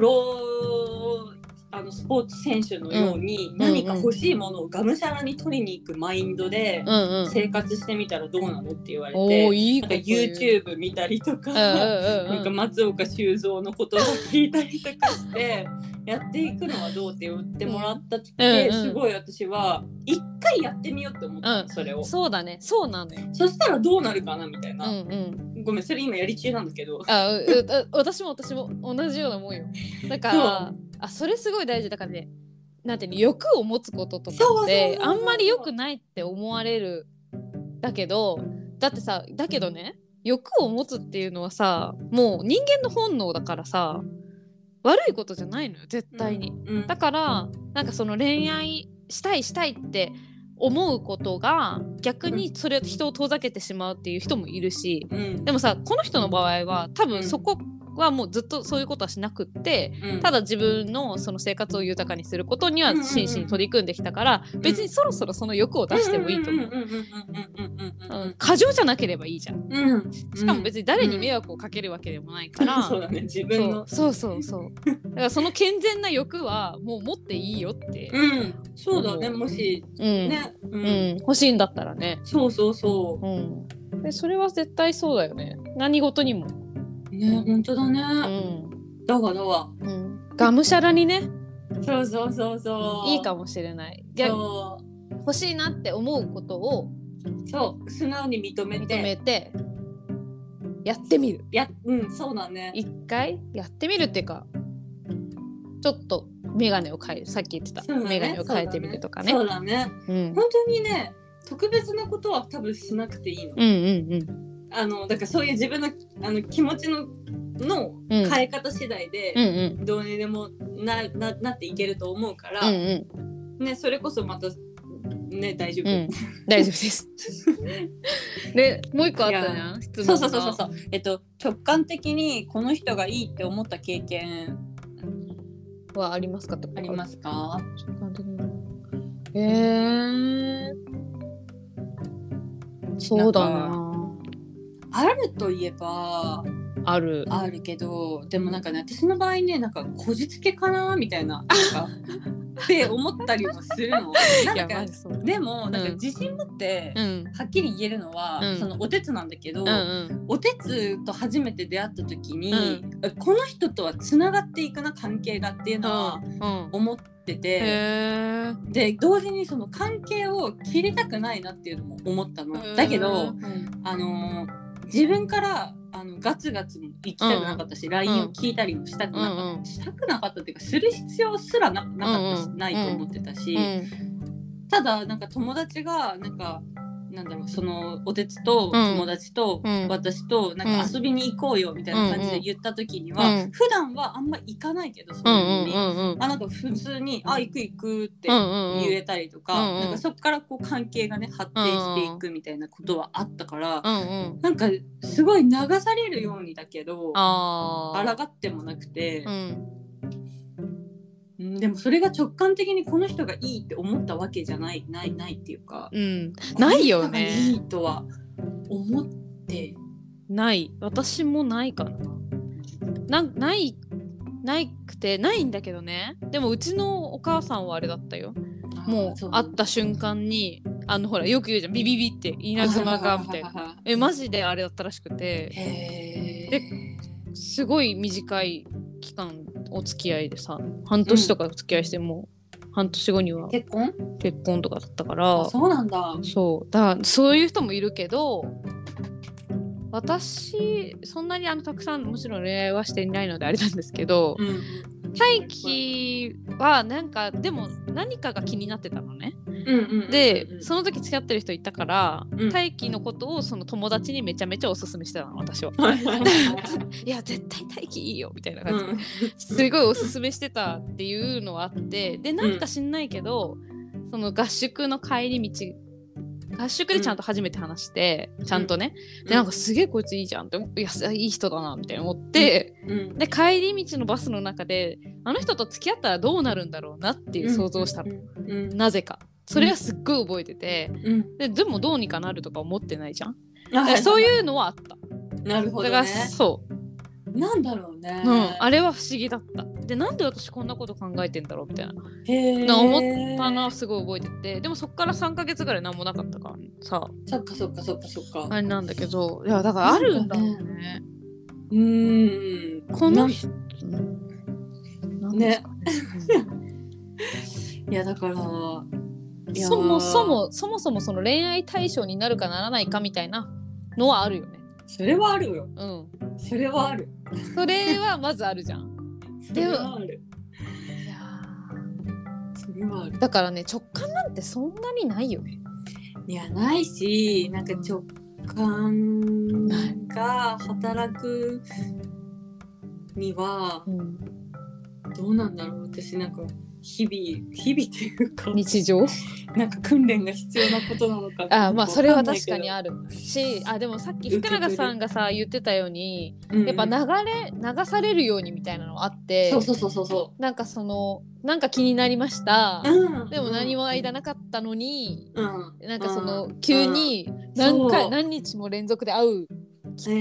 [SPEAKER 2] ロあのスポーツ選手のように、
[SPEAKER 1] ん
[SPEAKER 2] 何か欲しいものをがむしゃらに取りに行くマインドで
[SPEAKER 1] うんうん
[SPEAKER 2] 生活してみたらどうなのって言われ
[SPEAKER 1] お
[SPEAKER 2] て、
[SPEAKER 1] ーいい
[SPEAKER 2] な
[SPEAKER 1] こ
[SPEAKER 2] ん
[SPEAKER 1] と
[SPEAKER 2] か
[SPEAKER 1] 言う
[SPEAKER 2] YouTube 見たりとか。
[SPEAKER 1] うん
[SPEAKER 2] なん
[SPEAKER 1] うんう
[SPEAKER 2] か
[SPEAKER 1] ん
[SPEAKER 2] 松岡修造の言葉聞いたりとか
[SPEAKER 1] (laughs)
[SPEAKER 2] してやっていくのはどうって言ってもらった時
[SPEAKER 1] うんうん
[SPEAKER 2] すごい私は一回やってみようって思った
[SPEAKER 1] うん
[SPEAKER 2] のそれ
[SPEAKER 1] う
[SPEAKER 2] を
[SPEAKER 1] んそうだねそうなのよ
[SPEAKER 2] そしたらどうなるかなみたいうな、
[SPEAKER 1] んうん
[SPEAKER 2] ごめんそれ今やり中なんだけど
[SPEAKER 1] あううう (laughs) 私も私も同じようなもんよだからあそれすごい大事だからねなんていうの欲を持つこととか
[SPEAKER 2] そうそう
[SPEAKER 1] っ
[SPEAKER 2] そうそう
[SPEAKER 1] てあんまり良くないって思われるだけどだってさだけどね欲を持つっていうのはさもう人間の本能だからさ悪いことじゃないのよ絶対に、
[SPEAKER 2] うん
[SPEAKER 1] だからなんかその恋愛したいしたいって思うことが逆にそれ人を遠ざけてしまうっていう人もいるし、
[SPEAKER 2] うん
[SPEAKER 1] でもさこの人の場合は多
[SPEAKER 2] うん
[SPEAKER 1] 分そこはもうずっとそういうことはしなくって
[SPEAKER 2] うん
[SPEAKER 1] ただ自分のその生活を豊かにすることには
[SPEAKER 2] うんうんうん
[SPEAKER 1] 真摯に取り組んできたから、別にそろそろその欲を出してもいいと思う。
[SPEAKER 2] うんうんうんうんうんうんうんうん
[SPEAKER 1] うん過剰じゃなければいいじゃん。
[SPEAKER 2] うんうんうん
[SPEAKER 1] しかも別に誰に迷惑をかけるわけでもないから、
[SPEAKER 2] そうだね自分の
[SPEAKER 1] そうそうそうそうだからその健全な欲はもう持っていいよって、
[SPEAKER 2] うんそうだねもし
[SPEAKER 1] うん
[SPEAKER 2] ねう、
[SPEAKER 1] うんん、欲しいんだったらね、
[SPEAKER 2] そうそうそ
[SPEAKER 1] うん、でそれは絶対そうだよね何事にも、
[SPEAKER 2] うね本当だね、
[SPEAKER 1] うん
[SPEAKER 2] だわだわ
[SPEAKER 1] うん、がむしゃらにね
[SPEAKER 2] そうそうそうそう
[SPEAKER 1] いいか
[SPEAKER 2] も
[SPEAKER 1] もしれない。逆
[SPEAKER 2] そ
[SPEAKER 1] 欲しいなって思うことを
[SPEAKER 2] うそう素直に認め
[SPEAKER 1] 認
[SPEAKER 2] て
[SPEAKER 1] めてやってみる。
[SPEAKER 2] やうんそうだね
[SPEAKER 1] 一回やってみるっていうかちょっと眼鏡を変えさっき言ってた、
[SPEAKER 2] そうだね
[SPEAKER 1] 眼鏡を変えてみるとかね。
[SPEAKER 2] そううだね
[SPEAKER 1] ん
[SPEAKER 2] 本当にね特別なことは多分しなくていいの、
[SPEAKER 1] うんうん
[SPEAKER 2] あのだからそういう自分のあの気持ちのの
[SPEAKER 1] うんうん
[SPEAKER 2] 変え方次第で、
[SPEAKER 1] うんうん
[SPEAKER 2] どうにでもなななっていけると思うから、
[SPEAKER 1] うんうん
[SPEAKER 2] ねそれこそまたね大丈夫、
[SPEAKER 1] うん大丈夫
[SPEAKER 2] (laughs)
[SPEAKER 1] です。でもう一個あったじゃん質問が
[SPEAKER 2] そうそうそうそうそうえっと直感的にこの人がいいって思った経験
[SPEAKER 1] はありますかって。
[SPEAKER 2] ありますすか
[SPEAKER 1] 直感的にえー、そうだな
[SPEAKER 2] あるといえば
[SPEAKER 1] ある。
[SPEAKER 2] あるけどでもなんかね私の場合ねなんかこじつけかなみたい
[SPEAKER 1] (laughs)
[SPEAKER 2] ななんかって思ったりもするの
[SPEAKER 1] い
[SPEAKER 2] な
[SPEAKER 1] や
[SPEAKER 2] んか
[SPEAKER 1] マジそう
[SPEAKER 2] でもなんか
[SPEAKER 1] うん
[SPEAKER 2] 自信持って、
[SPEAKER 1] うん
[SPEAKER 2] はっきり言えるのは、
[SPEAKER 1] うん
[SPEAKER 2] そのおてつなんだけど、
[SPEAKER 1] うん
[SPEAKER 2] おてつと初めて出会った時に、
[SPEAKER 1] う
[SPEAKER 2] この人とはつながっていくな関係がっていうのは
[SPEAKER 1] うん
[SPEAKER 2] 思ってて、
[SPEAKER 1] へ
[SPEAKER 2] で同時にその関係を切りたくないなっていうのも思ったの。だけど、あのー自分からあのガツガツも行きたくなかったし、LINE を聞いたりもしたくなかった、
[SPEAKER 1] うんうん
[SPEAKER 2] したくなかったっていうかする必要すらななかったし、
[SPEAKER 1] うんうん
[SPEAKER 2] ないと思ってたし、ただなんか友達がなんかなんだろうそのおてつと友達と
[SPEAKER 1] うん
[SPEAKER 2] 私となんか遊びに行こうよみたいな感じで言った時には、
[SPEAKER 1] うん
[SPEAKER 2] 普段はあんま行かないけどそ
[SPEAKER 1] う
[SPEAKER 2] ういうんの
[SPEAKER 1] うん
[SPEAKER 2] に、
[SPEAKER 1] うんうん
[SPEAKER 2] あなんか普通に「あ行く行く」って
[SPEAKER 1] うん
[SPEAKER 2] 言えたりとか,、
[SPEAKER 1] うんうん
[SPEAKER 2] なんかそこからこう関係がね発展していくみたいなことはあったから、
[SPEAKER 1] うんうん
[SPEAKER 2] なんかすごい流されるようにだけど
[SPEAKER 1] あー
[SPEAKER 2] 抗ってもなくて
[SPEAKER 1] う、ん
[SPEAKER 2] うんでもそれが直感的にこの人がいいって思ったわけじゃないないないっていうか
[SPEAKER 1] うんないよ
[SPEAKER 2] この人がい
[SPEAKER 1] ね
[SPEAKER 2] いとは思って
[SPEAKER 1] ない私もないかななんないないくてないんだけどねでもうちのお母さんはあれだったよもう会った瞬間にあのほらよく言うじゃんビビビって稲妻がみたいな
[SPEAKER 2] な。
[SPEAKER 1] えマジであれだったらしくて
[SPEAKER 2] へ
[SPEAKER 1] で
[SPEAKER 2] ー
[SPEAKER 1] すごい短い期間お付き合いでさ半年とかお付き合いしても、う半年後には
[SPEAKER 2] 結婚
[SPEAKER 1] 結婚とかだったか
[SPEAKER 2] あ
[SPEAKER 1] ら
[SPEAKER 2] そうなんだ。
[SPEAKER 1] そうだからそういう人もいるけど私そんなにあのたくさんもちろん恋愛はしていないのであれなんですけど
[SPEAKER 2] うん
[SPEAKER 1] 大輝はなんかでも何かが気になってたのね。
[SPEAKER 2] うんうんうんうん
[SPEAKER 1] でその時付き合ってる人いたから
[SPEAKER 2] うん
[SPEAKER 1] 大輝のことをその友達にめちゃめちゃおすすめしてたの私は。
[SPEAKER 2] はい
[SPEAKER 1] (laughs)
[SPEAKER 2] はいはい
[SPEAKER 1] いや絶対大輝いいよみたいな
[SPEAKER 2] う
[SPEAKER 1] 感じで
[SPEAKER 2] ん
[SPEAKER 1] すごいおすすめしてたっていうのはあってでなんか知んないけど、その合宿の帰り道合宿でちゃんと初めて話して、ちゃんとね、
[SPEAKER 2] うん
[SPEAKER 1] で (laughs) なんかすげえこいついいじゃんっていやすいい人だなみたいな思って、
[SPEAKER 2] うん、
[SPEAKER 1] で帰り道のバスの中であの人と付き合ったらどうなるんだろうなっていう想像をした
[SPEAKER 2] う
[SPEAKER 1] の、
[SPEAKER 2] んうん
[SPEAKER 1] なぜかそれはすっごい覚えてて
[SPEAKER 2] うん
[SPEAKER 1] ででもどうにかなるとか思ってないじゃん
[SPEAKER 2] あ
[SPEAKER 1] だからそういうのはあった
[SPEAKER 2] なるほど
[SPEAKER 1] だ
[SPEAKER 2] ね
[SPEAKER 1] からそう、
[SPEAKER 2] なんだろうね、
[SPEAKER 1] うん、あれは不思議だったでなんで私こんなこと考えてんだろうみたいな
[SPEAKER 2] へえ
[SPEAKER 1] の思ったのはすごい覚えててでもそっから3ヶ月ぐらい何もなかったからさ
[SPEAKER 2] そっかそっかそっかそっか
[SPEAKER 1] あれなんだけどいやだからあるんだろうね
[SPEAKER 2] うーん
[SPEAKER 1] この
[SPEAKER 2] なんい
[SPEAKER 1] 人
[SPEAKER 2] ねやだからいやー
[SPEAKER 1] そもそもそもそもその恋愛対象になるかならないかみたいなのはあるよね。
[SPEAKER 2] それはあるよ
[SPEAKER 1] うん。
[SPEAKER 2] それはある
[SPEAKER 1] それはまずあるじゃん。
[SPEAKER 2] それはある
[SPEAKER 1] いや
[SPEAKER 2] それはある
[SPEAKER 1] だからね直感なんてそんなにないよね。
[SPEAKER 2] いやないしなんか直感が働くには
[SPEAKER 1] うん、
[SPEAKER 2] どうなんだろう私なんか日々日々っていうか
[SPEAKER 1] 日常
[SPEAKER 2] なんか訓練が必要なことなのか
[SPEAKER 1] あまあそれは確か
[SPEAKER 2] わん
[SPEAKER 1] に
[SPEAKER 2] ない
[SPEAKER 1] あるしあでもさっき福永さんがさ言ってたように
[SPEAKER 2] けどうん
[SPEAKER 1] やっぱ流れ流されるようにみたいなのあって
[SPEAKER 2] そうそうそうそうそ
[SPEAKER 1] なんかそのなんか気になりました
[SPEAKER 2] う、うん、
[SPEAKER 1] でも何も間なかったのに
[SPEAKER 2] うん
[SPEAKER 1] なんかその
[SPEAKER 2] うん
[SPEAKER 1] 急に何
[SPEAKER 2] そ
[SPEAKER 1] 回
[SPEAKER 2] う
[SPEAKER 1] 何日も連続で会う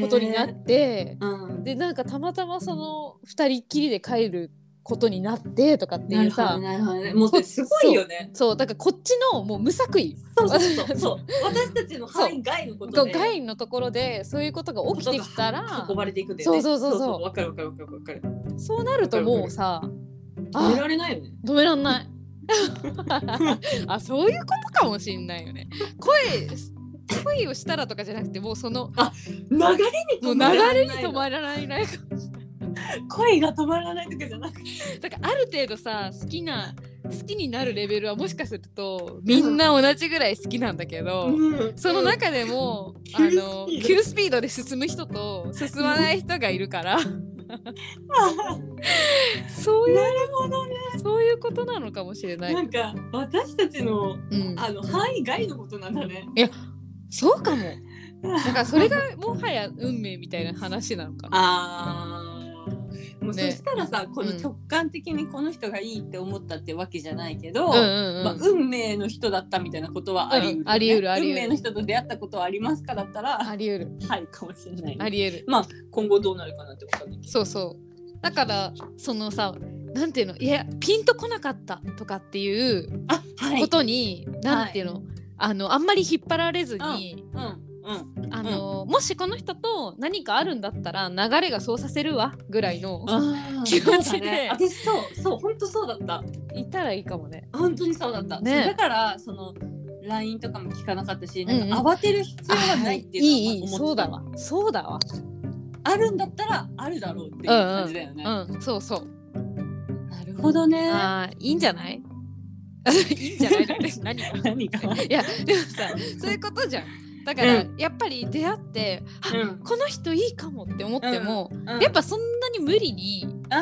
[SPEAKER 1] ことになって、
[SPEAKER 2] うん
[SPEAKER 1] でなんかたまたまその2人っきりで帰ることになってとかって
[SPEAKER 2] ないる
[SPEAKER 1] う
[SPEAKER 2] ほ
[SPEAKER 1] さ
[SPEAKER 2] どなるほどねもうそれすごいよね
[SPEAKER 1] そうだからこっちのもう無作為
[SPEAKER 2] そうそうそうそう私たちの範囲外のことで
[SPEAKER 1] 外のところでそういうことが起きてきたら
[SPEAKER 2] 運ばれていくんだよね
[SPEAKER 1] そうそうそうそう
[SPEAKER 2] わかるわかるわかるわかる
[SPEAKER 1] そうなるともうさ
[SPEAKER 2] 止め
[SPEAKER 1] あ
[SPEAKER 2] られないよね
[SPEAKER 1] 止めらんない (laughs) あそういうことかもしんないよね声恋をしたらとかじゃなくて (laughs) もうその
[SPEAKER 2] 流れに
[SPEAKER 1] もう流
[SPEAKER 2] 止まらない
[SPEAKER 1] れに止まらないない
[SPEAKER 2] 声が止まらないとかじゃなくて
[SPEAKER 1] だからある程度さ好きな好きになるレベルはもしかするとみんな同じぐらい好きなんだけど、
[SPEAKER 2] うん
[SPEAKER 1] その中でも、
[SPEAKER 2] うん
[SPEAKER 1] あの
[SPEAKER 2] 急スピード
[SPEAKER 1] 急スピードで進む人と進まない人がいるから、 (laughs) そういう
[SPEAKER 2] なるほどね
[SPEAKER 1] (laughs) そういうことなのかもしれない。
[SPEAKER 2] なんか私たち
[SPEAKER 1] う
[SPEAKER 2] の
[SPEAKER 1] ん、
[SPEAKER 2] あの範囲外のことなんだね
[SPEAKER 1] そうかも。だからそれがもはや運命みたいな話なのかな。
[SPEAKER 2] あーもうそ
[SPEAKER 1] ね
[SPEAKER 2] したらさこの
[SPEAKER 1] うん
[SPEAKER 2] 直感的にこの人がいいって思ったってわけじゃないけど、
[SPEAKER 1] うんうんうん
[SPEAKER 2] まあ、運命の人だったみたいなことはあり得るよね、
[SPEAKER 1] うんあり得るあり得
[SPEAKER 2] 運
[SPEAKER 1] る
[SPEAKER 2] 命の人と出会ったことはありますかだったら
[SPEAKER 1] あり得る
[SPEAKER 2] はいかもしれない、
[SPEAKER 1] あり得る。
[SPEAKER 2] まあ今後どうなるかなってことだけ
[SPEAKER 1] そうそう。だからそのさなんていうのいやピンとこなかったとかっていう
[SPEAKER 2] あは
[SPEAKER 1] ことに、なんていうの、あのあんまり引っ張られずに、
[SPEAKER 2] うんうん
[SPEAKER 1] あのもしこの人と何かあるんだったら流れがそうさせるわぐらいの
[SPEAKER 2] あー
[SPEAKER 1] 気持ちで
[SPEAKER 2] そうだね私そうそう本当そうだった
[SPEAKER 1] いたらいいかもね。
[SPEAKER 2] 本当にそうだった、
[SPEAKER 1] ね
[SPEAKER 2] そうだからその LINE とかも聞かなかったし、
[SPEAKER 1] うん
[SPEAKER 2] な
[SPEAKER 1] うんん
[SPEAKER 2] か慌てる必要はないって
[SPEAKER 1] い
[SPEAKER 2] い
[SPEAKER 1] いういい
[SPEAKER 2] の
[SPEAKER 1] そ
[SPEAKER 2] は思っ
[SPEAKER 1] う
[SPEAKER 2] てた
[SPEAKER 1] だわそうだわ。
[SPEAKER 2] あるんだったらあるだろうっていう感じだよね。
[SPEAKER 1] うんそうそう。
[SPEAKER 2] なるほどね。
[SPEAKER 1] ああいいんじゃない (laughs) いいんじゃないだって何が
[SPEAKER 2] 何
[SPEAKER 1] (laughs)
[SPEAKER 2] か。
[SPEAKER 1] いやでもさそういうことじゃん。だから、
[SPEAKER 2] う
[SPEAKER 1] やっぱり出会って
[SPEAKER 2] うん。
[SPEAKER 1] この人いいかもって思っても、
[SPEAKER 2] うん
[SPEAKER 1] やっぱそんなに無理に、
[SPEAKER 2] うん。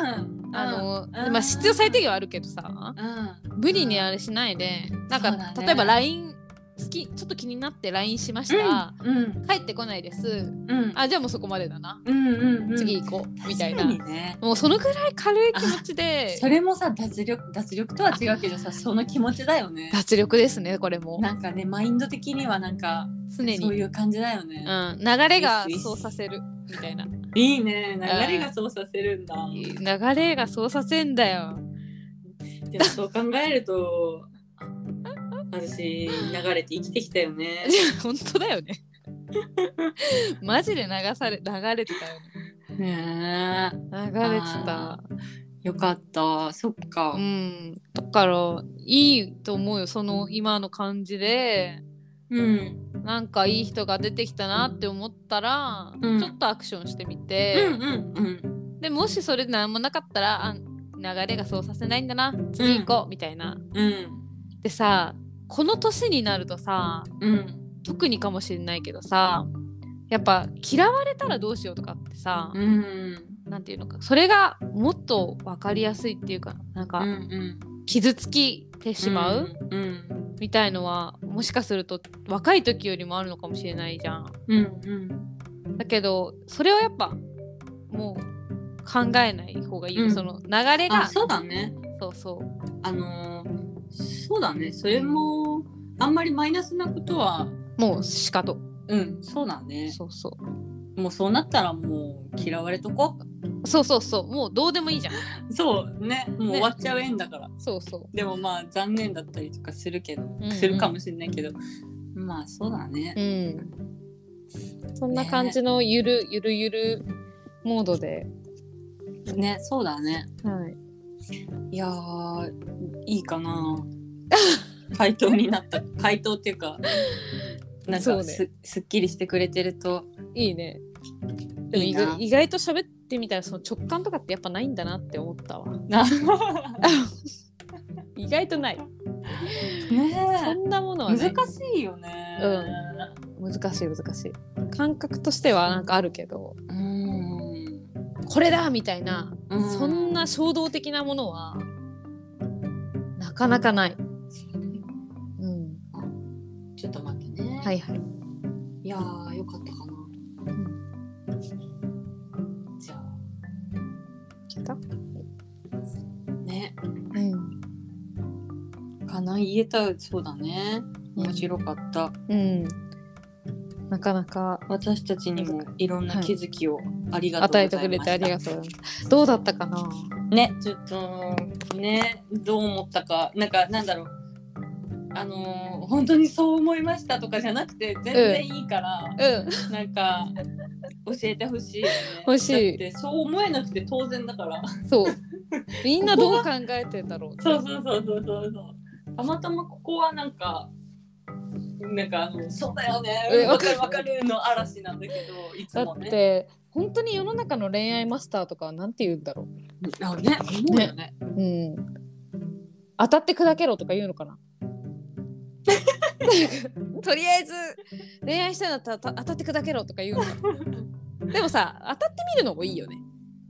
[SPEAKER 1] あの
[SPEAKER 2] うん
[SPEAKER 1] まあ必要最低限はあるけどさ
[SPEAKER 2] うん。
[SPEAKER 1] 無理にあれしないで、なんか、
[SPEAKER 2] そうだね
[SPEAKER 1] 例えば LINE 好きちょっと気になって LINE しました、
[SPEAKER 2] うん。
[SPEAKER 1] 帰ってこないです
[SPEAKER 2] うん。
[SPEAKER 1] あじゃあもうそこまでだな、
[SPEAKER 2] うんうんうん。
[SPEAKER 1] 次行こうみたいな
[SPEAKER 2] 確かにね。
[SPEAKER 1] もうそのぐらい軽い気持ちで
[SPEAKER 2] それもさ脱力脱力とは違うけどさその気持ちだよね。
[SPEAKER 1] 脱力ですねこれも
[SPEAKER 2] なんかねマインド的にはなんか
[SPEAKER 1] 常に
[SPEAKER 2] そう
[SPEAKER 1] う、
[SPEAKER 2] いう感じだよね。
[SPEAKER 1] ん、流れが
[SPEAKER 2] いいっす
[SPEAKER 1] そうさせるみたいない
[SPEAKER 2] いね流れがそうさせるんだ。
[SPEAKER 1] 流れがそうさせんだよ
[SPEAKER 2] でもそう考えると私流れて生きてきたよ
[SPEAKER 1] (laughs)
[SPEAKER 2] ね。
[SPEAKER 1] 本当だよ (laughs) ねマジで流され流れてたよね
[SPEAKER 2] ねえ
[SPEAKER 1] 流れてた
[SPEAKER 2] あよかったそっか。
[SPEAKER 1] うんだからいいと思うよその今の感じで
[SPEAKER 2] うん、
[SPEAKER 1] なんかいい人が出てきたなって思ったら、
[SPEAKER 2] うん
[SPEAKER 1] ちょっとアクションしてみ
[SPEAKER 2] うん
[SPEAKER 1] て、
[SPEAKER 2] うんうん
[SPEAKER 1] でもしそれで何もなかったらあ流れがそうさせないんだな次行こう、みたいな。
[SPEAKER 2] うん
[SPEAKER 1] でさこの年になるとさ
[SPEAKER 2] うん
[SPEAKER 1] 特にかもしれないけどさやっぱ嫌われたらどうしようとかってさ、
[SPEAKER 2] うん
[SPEAKER 1] なんていうのかそれがもっと分かりやすいっていうかなんか
[SPEAKER 2] うん
[SPEAKER 1] 傷つきてしまう
[SPEAKER 2] うん
[SPEAKER 1] みたいのはもしかすると若い時よりもあるのかもしれないじゃん。
[SPEAKER 2] うんうん
[SPEAKER 1] だけどそれをやっぱもう考えない方がいいよ、
[SPEAKER 2] うん
[SPEAKER 1] その流れ
[SPEAKER 2] あ
[SPEAKER 1] が
[SPEAKER 2] そうだね
[SPEAKER 1] そうそう
[SPEAKER 2] あのーそうだねそれもあんまりマイナスなことは
[SPEAKER 1] もうしかと
[SPEAKER 2] うんそうだね
[SPEAKER 1] そうそ
[SPEAKER 2] もうそうなったらもう嫌われとこ
[SPEAKER 1] うそうそうそうもうどうでもいいじゃん
[SPEAKER 2] そうねもう終わっちゃう縁だから、
[SPEAKER 1] そうそ
[SPEAKER 2] でもまあ残念だったりとかするけど、
[SPEAKER 1] うんうん
[SPEAKER 2] するかもしれないけどまあそうだね
[SPEAKER 1] ううんそんな感じのゆる、ゆるゆるモードで、
[SPEAKER 2] ねそうだね
[SPEAKER 1] はい、
[SPEAKER 2] いやーいいかな回答になった回答っていうかなん
[SPEAKER 1] そう
[SPEAKER 2] か
[SPEAKER 1] ね
[SPEAKER 2] す,、すっきりしてくれてると
[SPEAKER 1] いいねでも
[SPEAKER 2] いい
[SPEAKER 1] 意
[SPEAKER 2] な
[SPEAKER 1] 外意外と喋ってみたらその直感とかってやっぱないんだなって思ったわ
[SPEAKER 2] な (laughs)
[SPEAKER 1] 意外とないそ
[SPEAKER 2] ね
[SPEAKER 1] んなものは
[SPEAKER 2] 難
[SPEAKER 1] ない
[SPEAKER 2] しいよね
[SPEAKER 1] 難しい難しい感覚としてはなんかあるけど
[SPEAKER 2] うん
[SPEAKER 1] これだみたいな、
[SPEAKER 2] うん
[SPEAKER 1] そんな衝動的なものはなかなかない、うん、
[SPEAKER 2] ちょっと待ってね、、
[SPEAKER 1] はいいはい
[SPEAKER 2] やーよかったかな、じゃあ
[SPEAKER 1] 聞いた、
[SPEAKER 2] ね
[SPEAKER 1] うん
[SPEAKER 2] かな言えたそうだね面白かった、
[SPEAKER 1] うん、なかなか
[SPEAKER 2] 私たちにもいろんな気づきをありがと
[SPEAKER 1] 与
[SPEAKER 2] うご
[SPEAKER 1] えて
[SPEAKER 2] ざ
[SPEAKER 1] く
[SPEAKER 2] い
[SPEAKER 1] れ
[SPEAKER 2] ました
[SPEAKER 1] てありがとうございますどうだったかな
[SPEAKER 2] ねちょっとねどう思ったかなんかなんだろうあのー本当にそう思いましたとかじゃなくて全然いいから、
[SPEAKER 1] うん
[SPEAKER 2] なんか教えてほしいよね
[SPEAKER 1] 欲しい
[SPEAKER 2] だってそう思えなくて当然だから
[SPEAKER 1] そうみんなどう考えてんだろう
[SPEAKER 2] そうそうそうそうそうそうたまたまここはなんかなんかあのそうだよね
[SPEAKER 1] え
[SPEAKER 2] わかるわかるの嵐なんだけどいつ
[SPEAKER 1] だ
[SPEAKER 2] も
[SPEAKER 1] っ
[SPEAKER 2] ね
[SPEAKER 1] て本当に世の中の恋愛マスターとかはなんて言うんだろ
[SPEAKER 2] あね思うよね
[SPEAKER 1] う、うん、当たって砕けろとか言うのかな (laughs) とりあえず恋愛したんだったらた当たって砕けろとか言うのかなでもさ当たってみるのもいいよね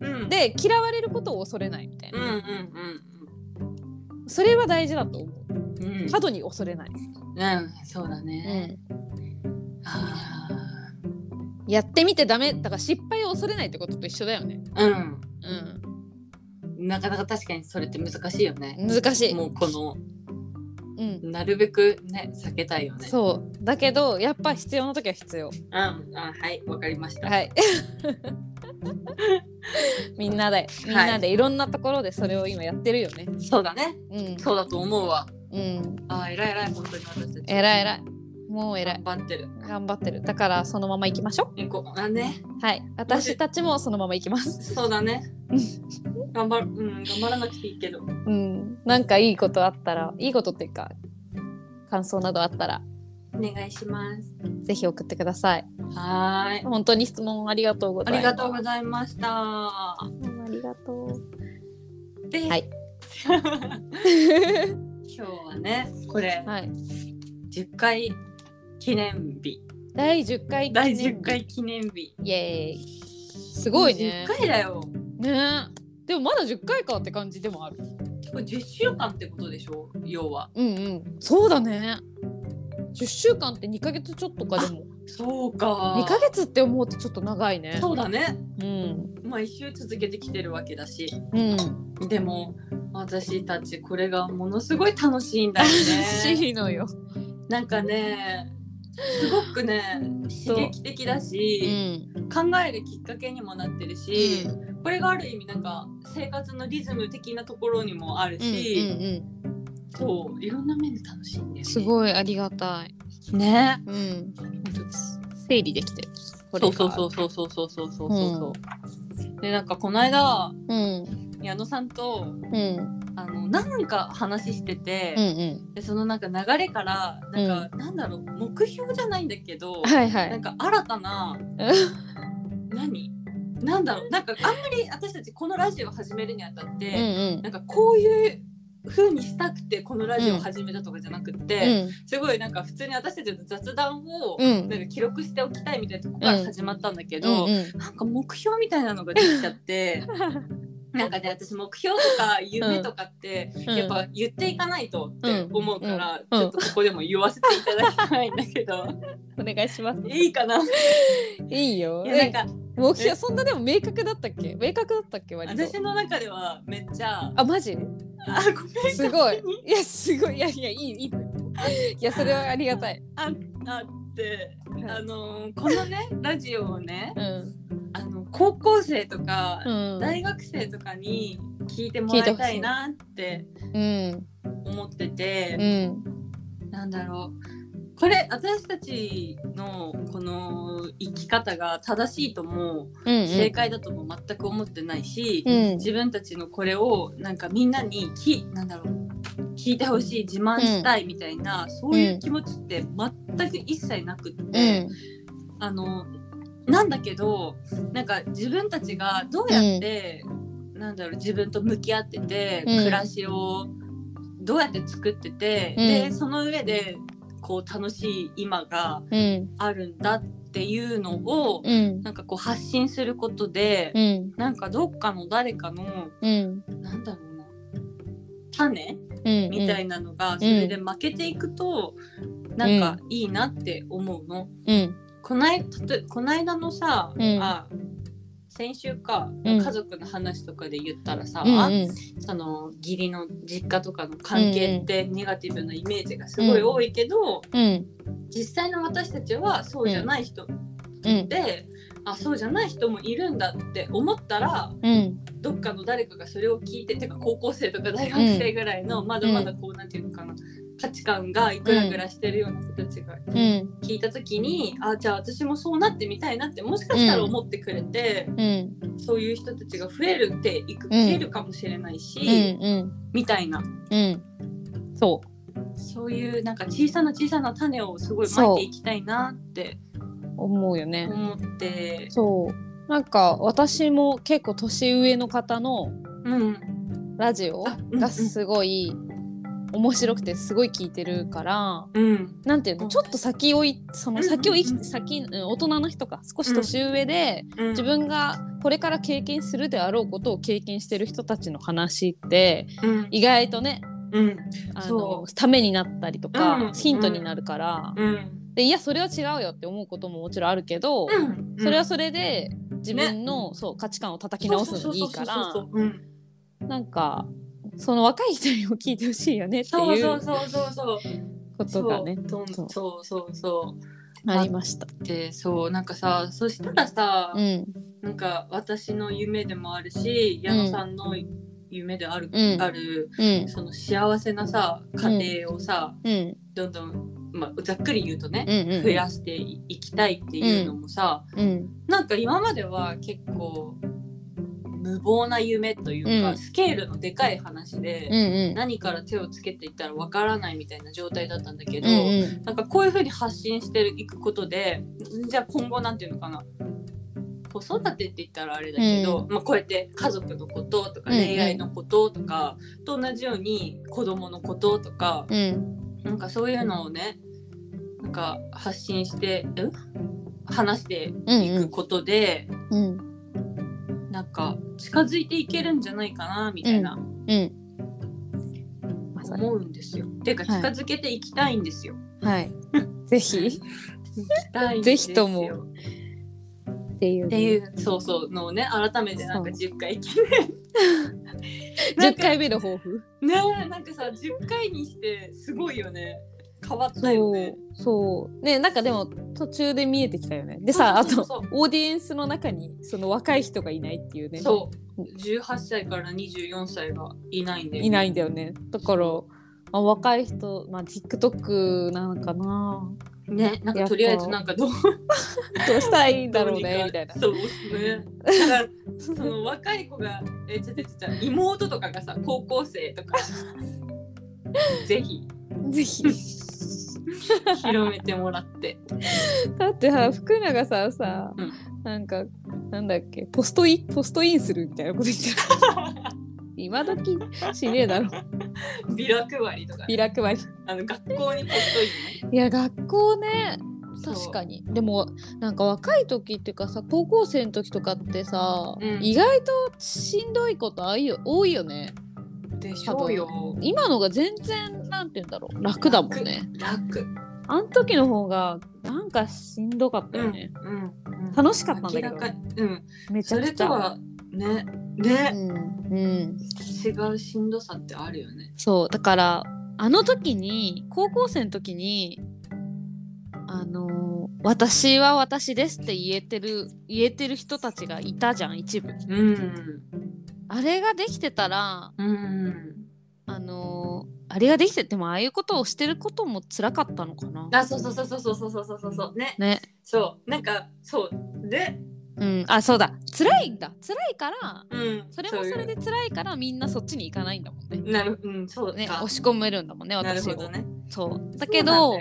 [SPEAKER 2] うん
[SPEAKER 1] で嫌われることを恐れないみたい
[SPEAKER 2] うん
[SPEAKER 1] な
[SPEAKER 2] うん
[SPEAKER 1] それは大事だと思う
[SPEAKER 2] うんうん
[SPEAKER 1] 過度に恐れない、
[SPEAKER 2] うんそうだね、はあ
[SPEAKER 1] やってみてダメだから失敗を恐れないってことと一緒だよね
[SPEAKER 2] うん、
[SPEAKER 1] う
[SPEAKER 2] なかなか確かにそれって難しいよね。
[SPEAKER 1] ん難しい、
[SPEAKER 2] もうこの
[SPEAKER 1] うん、
[SPEAKER 2] なるべくね避けたいよね。う。
[SPEAKER 1] そうだけどやっぱ必要な時は必要
[SPEAKER 2] ん、あはいわかりました。。
[SPEAKER 1] はいい。 (laughs) みんなで、みんなでいろんなところでそれを今やってるよね。
[SPEAKER 2] そうだね。
[SPEAKER 1] うん。
[SPEAKER 2] そうだと思うわ。
[SPEAKER 1] うん。
[SPEAKER 2] あー偉い偉い本当に私たち。
[SPEAKER 1] えらいえらい。もうえらい
[SPEAKER 2] 頑。張ってる。
[SPEAKER 1] 頑張ってる。だからそのまま行きましょ
[SPEAKER 2] 行こう。あね。
[SPEAKER 1] う。はい。私たちもそのまま行きます。
[SPEAKER 2] そうだね。頑張る。うん頑張らなくていいけど。
[SPEAKER 1] うん。なんかいいことあったら、いいことっていうか、感想などあったら、
[SPEAKER 2] お願いします。
[SPEAKER 1] ぜひ送ってください。
[SPEAKER 2] はーい。
[SPEAKER 1] 本当に質問ありがとうござ
[SPEAKER 2] あ
[SPEAKER 1] いま
[SPEAKER 2] り
[SPEAKER 1] す。
[SPEAKER 2] がとうございました。
[SPEAKER 1] うんありがとう。
[SPEAKER 2] で、 (laughs)
[SPEAKER 1] はい
[SPEAKER 2] 今日はねこれ
[SPEAKER 1] はい。
[SPEAKER 2] 10回記念日。
[SPEAKER 1] 第10回記念
[SPEAKER 2] 第
[SPEAKER 1] 日
[SPEAKER 2] 10回。記念日。
[SPEAKER 1] イエーイ。すごいね。
[SPEAKER 2] 10回だよ。
[SPEAKER 1] ねえでもまだ10回かって感じでもある
[SPEAKER 2] これ10週間ってことでしょ要は。
[SPEAKER 1] うんうんそうだね10週間って2ヶ月ちょっとかでも
[SPEAKER 2] そうか
[SPEAKER 1] 2ヶ月って思うとちょっと長いね
[SPEAKER 2] そうだね。
[SPEAKER 1] うん
[SPEAKER 2] まあ一周続けてきてるわけだし。
[SPEAKER 1] うん
[SPEAKER 2] でも私たちこれがものすごい楽しいんだよ
[SPEAKER 1] 嬉 (laughs)
[SPEAKER 2] ね。
[SPEAKER 1] しいのよ
[SPEAKER 2] なんかね。すごくね
[SPEAKER 1] そう
[SPEAKER 2] 刺激的だ
[SPEAKER 1] う
[SPEAKER 2] し、
[SPEAKER 1] ん
[SPEAKER 2] 考えるきっかけにもなってるし、これがある意味なんか生活のリズム的なところにもある
[SPEAKER 1] うん
[SPEAKER 2] し、
[SPEAKER 1] うん
[SPEAKER 2] そういろんな面で楽しいんだよね。
[SPEAKER 1] す
[SPEAKER 2] い
[SPEAKER 1] ごいありがたい
[SPEAKER 2] ね。
[SPEAKER 1] うん整理できてるこ
[SPEAKER 2] そう
[SPEAKER 1] が
[SPEAKER 2] そうそうそうそうそうそうそうそう、でなんかこの間
[SPEAKER 1] うん
[SPEAKER 2] 矢野さんと
[SPEAKER 1] うんうん
[SPEAKER 2] あのなんか話してて
[SPEAKER 1] う、ん
[SPEAKER 2] でそのなんか流れからなんか、なんだろう目標じゃないんだけど、
[SPEAKER 1] はいは
[SPEAKER 2] ないんか新たな何なんだろうなんかあんまり私たちこのラジオ始めるにあたっ
[SPEAKER 1] うんう
[SPEAKER 2] て、
[SPEAKER 1] ん
[SPEAKER 2] なんかこういう風にしたくてこのラジオ始めたとかじゃなくって、すごいなんか普通に私たちの雑談を、
[SPEAKER 1] うんうん
[SPEAKER 2] なんか記録しておきたいみたいなとこから始まったんだけど、
[SPEAKER 1] うんうん (laughs)
[SPEAKER 2] なんか目標みたいなのができちゃってなんかね私目標とか夢とかって、
[SPEAKER 1] うん
[SPEAKER 2] やっぱ言っていかないとって思うから、
[SPEAKER 1] うん
[SPEAKER 2] ちょっとここでも言わせていただきたいんだけど、
[SPEAKER 1] (laughs) お願いします。
[SPEAKER 2] いいかない
[SPEAKER 1] いよ。
[SPEAKER 2] いやなんか
[SPEAKER 1] え目標そんなでも明確だったっけ？明確だったっけ割と。
[SPEAKER 2] 私の中ではめっちゃ
[SPEAKER 1] あマジ？
[SPEAKER 2] あごめん
[SPEAKER 1] すごい。いやすごいいやいやいいいい。いやそれはありがたい。
[SPEAKER 2] ああって、
[SPEAKER 1] い
[SPEAKER 2] あのこのねラジオをね
[SPEAKER 1] うん
[SPEAKER 2] あの高校生とか、
[SPEAKER 1] うん
[SPEAKER 2] 大学生とかに聞いてもらいたいなって
[SPEAKER 1] うん
[SPEAKER 2] 思ってて
[SPEAKER 1] う、ん
[SPEAKER 2] なんだろうこれ私たちのこの生き方が正しいとも
[SPEAKER 1] うんうん
[SPEAKER 2] 正解だとも全く思ってないし、
[SPEAKER 1] うん
[SPEAKER 2] 自分たちのこれをなんかみんなにきなんだろう聞いてほしい自慢したいみたいな、そういう気持ちって全く一切なくって、あのなんだけどなんか自分たちがどうやって、なんだろう自分と向き合ってて、
[SPEAKER 1] うん
[SPEAKER 2] 暮らしをどうやって作ってて、
[SPEAKER 1] うん
[SPEAKER 2] でその上でこう楽しい今が
[SPEAKER 1] うん
[SPEAKER 2] あるんだっていうのを、
[SPEAKER 1] うん
[SPEAKER 2] なんかこう発信することで、
[SPEAKER 1] うん
[SPEAKER 2] なんかどっかの誰かの
[SPEAKER 1] うん
[SPEAKER 2] なんだろうな種
[SPEAKER 1] うん
[SPEAKER 2] みたいなのがそれで負けていくと、なんかいいなって思うの。
[SPEAKER 1] うん
[SPEAKER 2] こないたとこないだのさ、
[SPEAKER 1] うん
[SPEAKER 2] あ先週か、
[SPEAKER 1] うん
[SPEAKER 2] 家族の話とかで言ったらさ、
[SPEAKER 1] うんうん
[SPEAKER 2] その義理の実家とかの関係ってネガティブなイメージがすごい多いけど、
[SPEAKER 1] うん
[SPEAKER 2] 実際の私たちはそうじゃない人
[SPEAKER 1] うん
[SPEAKER 2] で、あそうじゃない人もいるんだって思ったら
[SPEAKER 1] うん
[SPEAKER 2] どっかの誰かがそれを聞いててか高校生とか大学生ぐらいのまだまだこうなんていうのかな価値観がいくらぐらしてるような子たちが
[SPEAKER 1] うん
[SPEAKER 2] 聞いた時にあじゃあ私もそうなってみたいなってもしかしたら思ってくれて、
[SPEAKER 1] うん
[SPEAKER 2] そういう人たちが増えるっていく、
[SPEAKER 1] ん
[SPEAKER 2] 増えるかもしれないし、
[SPEAKER 1] うん
[SPEAKER 2] みたいな
[SPEAKER 1] うんそ
[SPEAKER 2] そういうなんか小さな小さな種をすごい
[SPEAKER 1] そ
[SPEAKER 2] ま
[SPEAKER 1] う
[SPEAKER 2] いていきたいなって
[SPEAKER 1] う思うよね。
[SPEAKER 2] 思って
[SPEAKER 1] そうなんか私も結構年上の方の
[SPEAKER 2] うん
[SPEAKER 1] ラジオ
[SPEAKER 2] あうん
[SPEAKER 1] がすごい面白くてすごい聞いてるから
[SPEAKER 2] うん
[SPEAKER 1] なんていうのちょっと先をいその先を生き
[SPEAKER 2] うん
[SPEAKER 1] て先うん大人の人か少し年上で
[SPEAKER 2] うん
[SPEAKER 1] 自分がこれから経験するであろうことを経験してる人たちの話って
[SPEAKER 2] うん
[SPEAKER 1] 意外とね
[SPEAKER 2] うん
[SPEAKER 1] あ
[SPEAKER 2] そ
[SPEAKER 1] のためになったりと
[SPEAKER 2] うん
[SPEAKER 1] かヒントになるから
[SPEAKER 2] うん
[SPEAKER 1] でいやそれは違うよって思うことももちろんあるけど
[SPEAKER 2] うん
[SPEAKER 1] それはそれで自分のそう価値観を叩き直すのにいいか
[SPEAKER 2] そうそう
[SPEAKER 1] ら
[SPEAKER 2] そうそううん
[SPEAKER 1] なんかその若い人にも聞いてほしいよねって
[SPEAKER 2] そう
[SPEAKER 1] い
[SPEAKER 2] そう
[SPEAKER 1] う
[SPEAKER 2] そうそうそう
[SPEAKER 1] ことがね
[SPEAKER 2] そう
[SPEAKER 1] そう
[SPEAKER 2] そうそうそ
[SPEAKER 1] ありました。
[SPEAKER 2] うでそうなんかさそしたらさ、
[SPEAKER 1] うん
[SPEAKER 2] なんか私の夢でもあるし矢野さんの夢である,、
[SPEAKER 1] うん
[SPEAKER 2] ある
[SPEAKER 1] うん
[SPEAKER 2] その幸せなさ家庭をさ、
[SPEAKER 1] うん
[SPEAKER 2] どんどん、まあ、ざっくり言うとね、
[SPEAKER 1] うんうん
[SPEAKER 2] 増やしていきたいっていうのもさ、
[SPEAKER 1] うん
[SPEAKER 2] なんか今までは結構無謀な夢というか、
[SPEAKER 1] うん
[SPEAKER 2] スケールのでかい話で。
[SPEAKER 1] うんうん
[SPEAKER 2] 何から手をつけていったらわからないみたいな状態だったんだけど、
[SPEAKER 1] うんうん
[SPEAKER 2] なんかこういうふうに発信していくことでじゃあ今後なんていうのかな子育てって言ったらあれだけど、まあ、こうやって家族のこととか
[SPEAKER 1] うんうん
[SPEAKER 2] 恋愛のこととか、と同じように子供のこととか
[SPEAKER 1] うん
[SPEAKER 2] なんかそういうのをねなんか発信してん話していくことで、
[SPEAKER 1] うん
[SPEAKER 2] なんか近づいていけるんじゃないかなみたいな
[SPEAKER 1] うんまさに
[SPEAKER 2] 思うんですよ。ていうか
[SPEAKER 1] はい
[SPEAKER 2] 近づけていきたいんですよ。 (laughs)
[SPEAKER 1] はいぜひ
[SPEAKER 2] 行きたいん
[SPEAKER 1] ぜひとも
[SPEAKER 2] ですよ
[SPEAKER 1] っていう
[SPEAKER 2] っていうそうそうのをね改めてなんか10回記念
[SPEAKER 1] 10回目の抱負
[SPEAKER 2] なんかねなんかさ10回にしてすごいよね変わったよ
[SPEAKER 1] そ
[SPEAKER 2] ね
[SPEAKER 1] うそうねなんかでも途中で見えてきたよねでさあ
[SPEAKER 2] そうそ
[SPEAKER 1] と
[SPEAKER 2] うそうそう
[SPEAKER 1] オーディエンスの中にその若い人がいないっていうね
[SPEAKER 2] そう18歳から24歳がいないんだよね
[SPEAKER 1] いないんだよねだから、まあ、若い人、まあ、TikTok なのかな
[SPEAKER 2] ねなんかとりあえずなんかど
[SPEAKER 1] ど
[SPEAKER 2] う
[SPEAKER 1] うしたいんだ
[SPEAKER 2] (laughs)
[SPEAKER 1] ろう
[SPEAKER 2] ど
[SPEAKER 1] ね
[SPEAKER 2] に
[SPEAKER 1] みたいな
[SPEAKER 2] そうねだからその若い子がえちゃちゃちゃ妹とかがさ高校生と
[SPEAKER 1] (laughs)
[SPEAKER 2] かぜひ
[SPEAKER 1] ぜひ
[SPEAKER 2] 広めてもらって
[SPEAKER 1] だってさ福永さんさ、
[SPEAKER 2] うん
[SPEAKER 1] なんかなんだっけポストインポストインするみたいなこと言ってた (laughs) 今時しねえだろ
[SPEAKER 2] ビラ配りとか、
[SPEAKER 1] ビラ配り
[SPEAKER 2] あの学校にポストイン
[SPEAKER 1] い
[SPEAKER 2] ね
[SPEAKER 1] や学校ね
[SPEAKER 2] そう
[SPEAKER 1] 確かにでもなんか若い時っていうかさ高校生の時とかってさ、
[SPEAKER 2] うん
[SPEAKER 1] 意外としんどいことあいよ多いよね
[SPEAKER 2] でしょうよ
[SPEAKER 1] 今のが全然なんて言うんだろう楽だもんね
[SPEAKER 2] 楽
[SPEAKER 1] あん時の方がなんかしんどかったよね、
[SPEAKER 2] うん、うん、
[SPEAKER 1] 楽しかったんだけど
[SPEAKER 2] 明らかにうん
[SPEAKER 1] めち
[SPEAKER 2] そ
[SPEAKER 1] ゃ
[SPEAKER 2] れ
[SPEAKER 1] くち
[SPEAKER 2] と
[SPEAKER 1] ゃ
[SPEAKER 2] はねね
[SPEAKER 1] う、ん、うん、
[SPEAKER 2] 違うしんどさってあるよね
[SPEAKER 1] そうだからあの時に高校生の時にあのー私は私ですって言えてる言えてる人たちがいたじゃん一部
[SPEAKER 2] うん
[SPEAKER 1] あれができてたら
[SPEAKER 2] うん
[SPEAKER 1] あのーあれができてでもああいうことをしてることも辛かったのかな
[SPEAKER 2] あそうそうそうそうそうそうそうそうそうね
[SPEAKER 1] ね
[SPEAKER 2] そうなんかそうで
[SPEAKER 1] うんあそうだ辛いんだ辛いから
[SPEAKER 2] うん
[SPEAKER 1] それもそれで辛いからみんなそっちに行かないんだもんね
[SPEAKER 2] そういうなるうんそうか、
[SPEAKER 1] ね押し込めるんだもんね
[SPEAKER 2] なる
[SPEAKER 1] 私
[SPEAKER 2] ほ
[SPEAKER 1] を
[SPEAKER 2] どね
[SPEAKER 1] そうだけど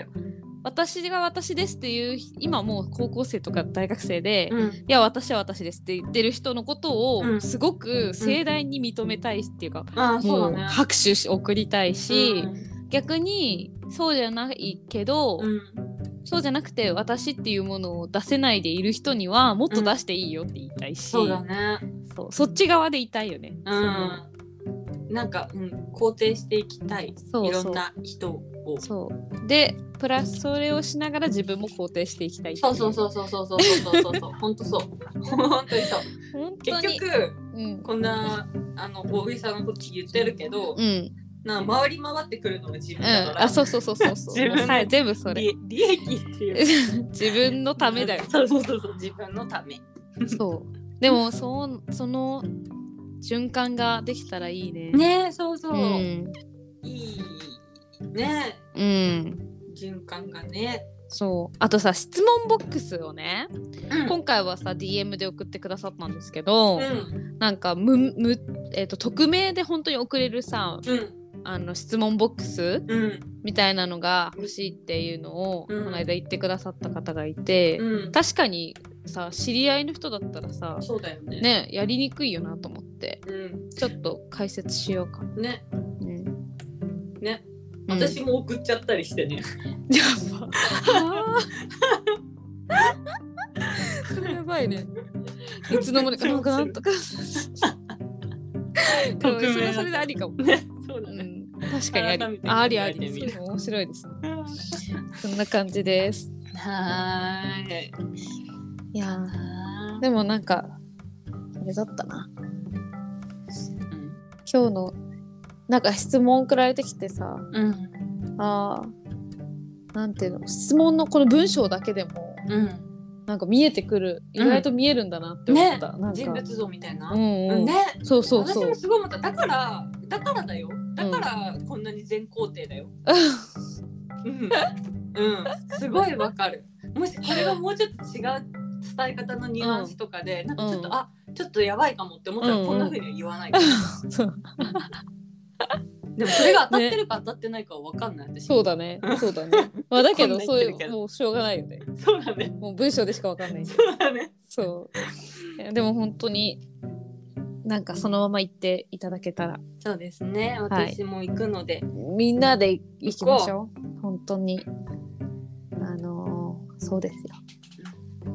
[SPEAKER 1] 私が私ですっていう今もう高校生とか大学生で、
[SPEAKER 2] そう
[SPEAKER 1] い
[SPEAKER 2] なんだよ
[SPEAKER 1] や私は私ですって言ってる人のこと
[SPEAKER 2] う
[SPEAKER 1] を
[SPEAKER 2] ん
[SPEAKER 1] すごく盛大に認めたいっていうか、
[SPEAKER 2] うんあそ
[SPEAKER 1] も
[SPEAKER 2] う
[SPEAKER 1] う
[SPEAKER 2] だね
[SPEAKER 1] 拍手し送りたいし、
[SPEAKER 2] うん
[SPEAKER 1] 逆にそうじゃないけど、
[SPEAKER 2] うん
[SPEAKER 1] そうじゃなくて私っていうものを出せないでいる人にはもっと出していいよって言いたいし、
[SPEAKER 2] そうだね
[SPEAKER 1] そうそっち側でいたいよね。
[SPEAKER 2] うんなんか、うん、肯定していきたい
[SPEAKER 1] そう
[SPEAKER 2] いろんな人を
[SPEAKER 1] そうそうでプラスそれをしながら自分も肯定していきたいってい
[SPEAKER 2] そうそうそうそうそうそうそうそうそう本当そう本当にそう
[SPEAKER 1] 本当
[SPEAKER 2] 結
[SPEAKER 1] に、
[SPEAKER 2] 局
[SPEAKER 1] うん
[SPEAKER 2] こんなあの大げさなこと言ってるけど、
[SPEAKER 1] うん、
[SPEAKER 2] なんか回り回ってくるのが自分
[SPEAKER 1] うん、
[SPEAKER 2] だから、
[SPEAKER 1] あそうそうそうそうそう
[SPEAKER 2] 自分で
[SPEAKER 1] はい全部それ
[SPEAKER 2] 利利益っていう
[SPEAKER 1] 自分のためだよ
[SPEAKER 2] そうそうそうそう自分のため
[SPEAKER 1] そうでもそうその循環ができたらいいね
[SPEAKER 2] ねそうそうう、
[SPEAKER 1] ん、
[SPEAKER 2] いいね
[SPEAKER 1] うん、
[SPEAKER 2] 循環がね、
[SPEAKER 1] そうあとさ質問ボックスをね、
[SPEAKER 2] うん
[SPEAKER 1] 今回はさ DM で送ってくださったんですけど、
[SPEAKER 2] うん
[SPEAKER 1] なんかむむ、えー、と匿名で本当に送れるさ
[SPEAKER 2] うん
[SPEAKER 1] あの質問ボックス
[SPEAKER 2] うん
[SPEAKER 1] みたいなのが欲しいっていうのを、
[SPEAKER 2] うん
[SPEAKER 1] この間言ってくださった方がいて、
[SPEAKER 2] うん
[SPEAKER 1] 確かにさ知り合いの人だったらさ
[SPEAKER 2] そうだよね
[SPEAKER 1] ねやりにくいよなと思ってちょっと解説しようかな。
[SPEAKER 2] うんね
[SPEAKER 1] うん
[SPEAKER 2] ね
[SPEAKER 1] うん
[SPEAKER 2] 私も送っちゃったりしてね、
[SPEAKER 1] やば (laughs) それやばいね。いつの間にかなんかなんと
[SPEAKER 2] (laughs)
[SPEAKER 1] か。でもそれはそれでありかも。
[SPEAKER 2] ねそうだ
[SPEAKER 1] う
[SPEAKER 2] ね、
[SPEAKER 1] ん、確かにあ
[SPEAKER 2] 改め
[SPEAKER 1] り
[SPEAKER 2] て。
[SPEAKER 1] あありあ
[SPEAKER 2] 考え
[SPEAKER 1] り。
[SPEAKER 2] て
[SPEAKER 1] そ
[SPEAKER 2] み
[SPEAKER 1] う
[SPEAKER 2] る
[SPEAKER 1] いうの面白いですね。そんな感じです。
[SPEAKER 2] はーい
[SPEAKER 1] いやーでもなんか、あれだったな。今日の、なんか質問送られてきてさ、
[SPEAKER 2] うん
[SPEAKER 1] あーなんていうの、質問のこの文章だけでも、
[SPEAKER 2] うん
[SPEAKER 1] なんか見えてくる、
[SPEAKER 2] うん
[SPEAKER 1] 意外と見えるんだなって思った。なんか
[SPEAKER 2] 人物像みたいな、
[SPEAKER 1] うんうん、
[SPEAKER 2] ね
[SPEAKER 1] そうそうそ
[SPEAKER 2] 私
[SPEAKER 1] う
[SPEAKER 2] も。すごい思っただからだからだよだからこんなに全肯定だようん、うん、すごいわかるもしこれがもうちょっと違う伝え方のニュアンスとかで、なんかちょっと、
[SPEAKER 1] うん
[SPEAKER 2] あちょっとやばいかもって思った
[SPEAKER 1] うんう
[SPEAKER 2] ら
[SPEAKER 1] ん
[SPEAKER 2] こんな風には言わないから、
[SPEAKER 1] そう
[SPEAKER 2] でもそれが当たってるか当たってないかは分かんない私
[SPEAKER 1] そうだね。そうだね。まあだけど、
[SPEAKER 2] こん
[SPEAKER 1] そ
[SPEAKER 2] な
[SPEAKER 1] う
[SPEAKER 2] 言
[SPEAKER 1] い
[SPEAKER 2] ってるけ
[SPEAKER 1] う、
[SPEAKER 2] ど
[SPEAKER 1] もうしょうがないよね。
[SPEAKER 2] そうだね
[SPEAKER 1] もう文章でしかわかんないし。
[SPEAKER 2] そうだね
[SPEAKER 1] そう。いやでも本当に、なんかそのまま行っていただけたら、
[SPEAKER 2] そうですね
[SPEAKER 1] はい
[SPEAKER 2] 私も行くので、
[SPEAKER 1] みんなで行きましょう。本当に。あのーそうですよ。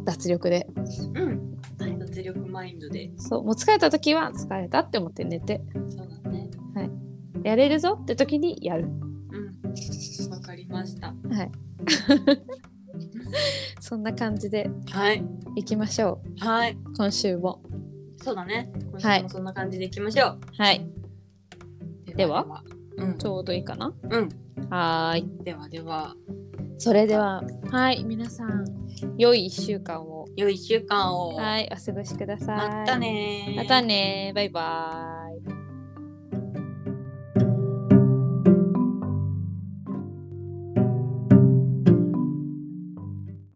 [SPEAKER 1] 脱力で。
[SPEAKER 2] うん脱力マインドで
[SPEAKER 1] そう、もう疲れた時は疲れたって思って寝て、
[SPEAKER 2] そうだね
[SPEAKER 1] やれるぞって時にやる。
[SPEAKER 2] うんわかりました
[SPEAKER 1] はい。そんな感じで
[SPEAKER 2] はい
[SPEAKER 1] 行きましょう。
[SPEAKER 2] はい
[SPEAKER 1] 今週も。
[SPEAKER 2] そうだね今
[SPEAKER 1] は
[SPEAKER 2] 週
[SPEAKER 1] い
[SPEAKER 2] もそんな感じでいきましょう、
[SPEAKER 1] はい。では
[SPEAKER 2] うん
[SPEAKER 1] ちょうどいいかな。
[SPEAKER 2] うん
[SPEAKER 1] はーい。
[SPEAKER 2] ではでは
[SPEAKER 1] それでは、はい、皆さん、良い1週間を、
[SPEAKER 2] 良い一週間を、
[SPEAKER 1] はい、お過ごしください。
[SPEAKER 2] またねー
[SPEAKER 1] またねバイバーイ。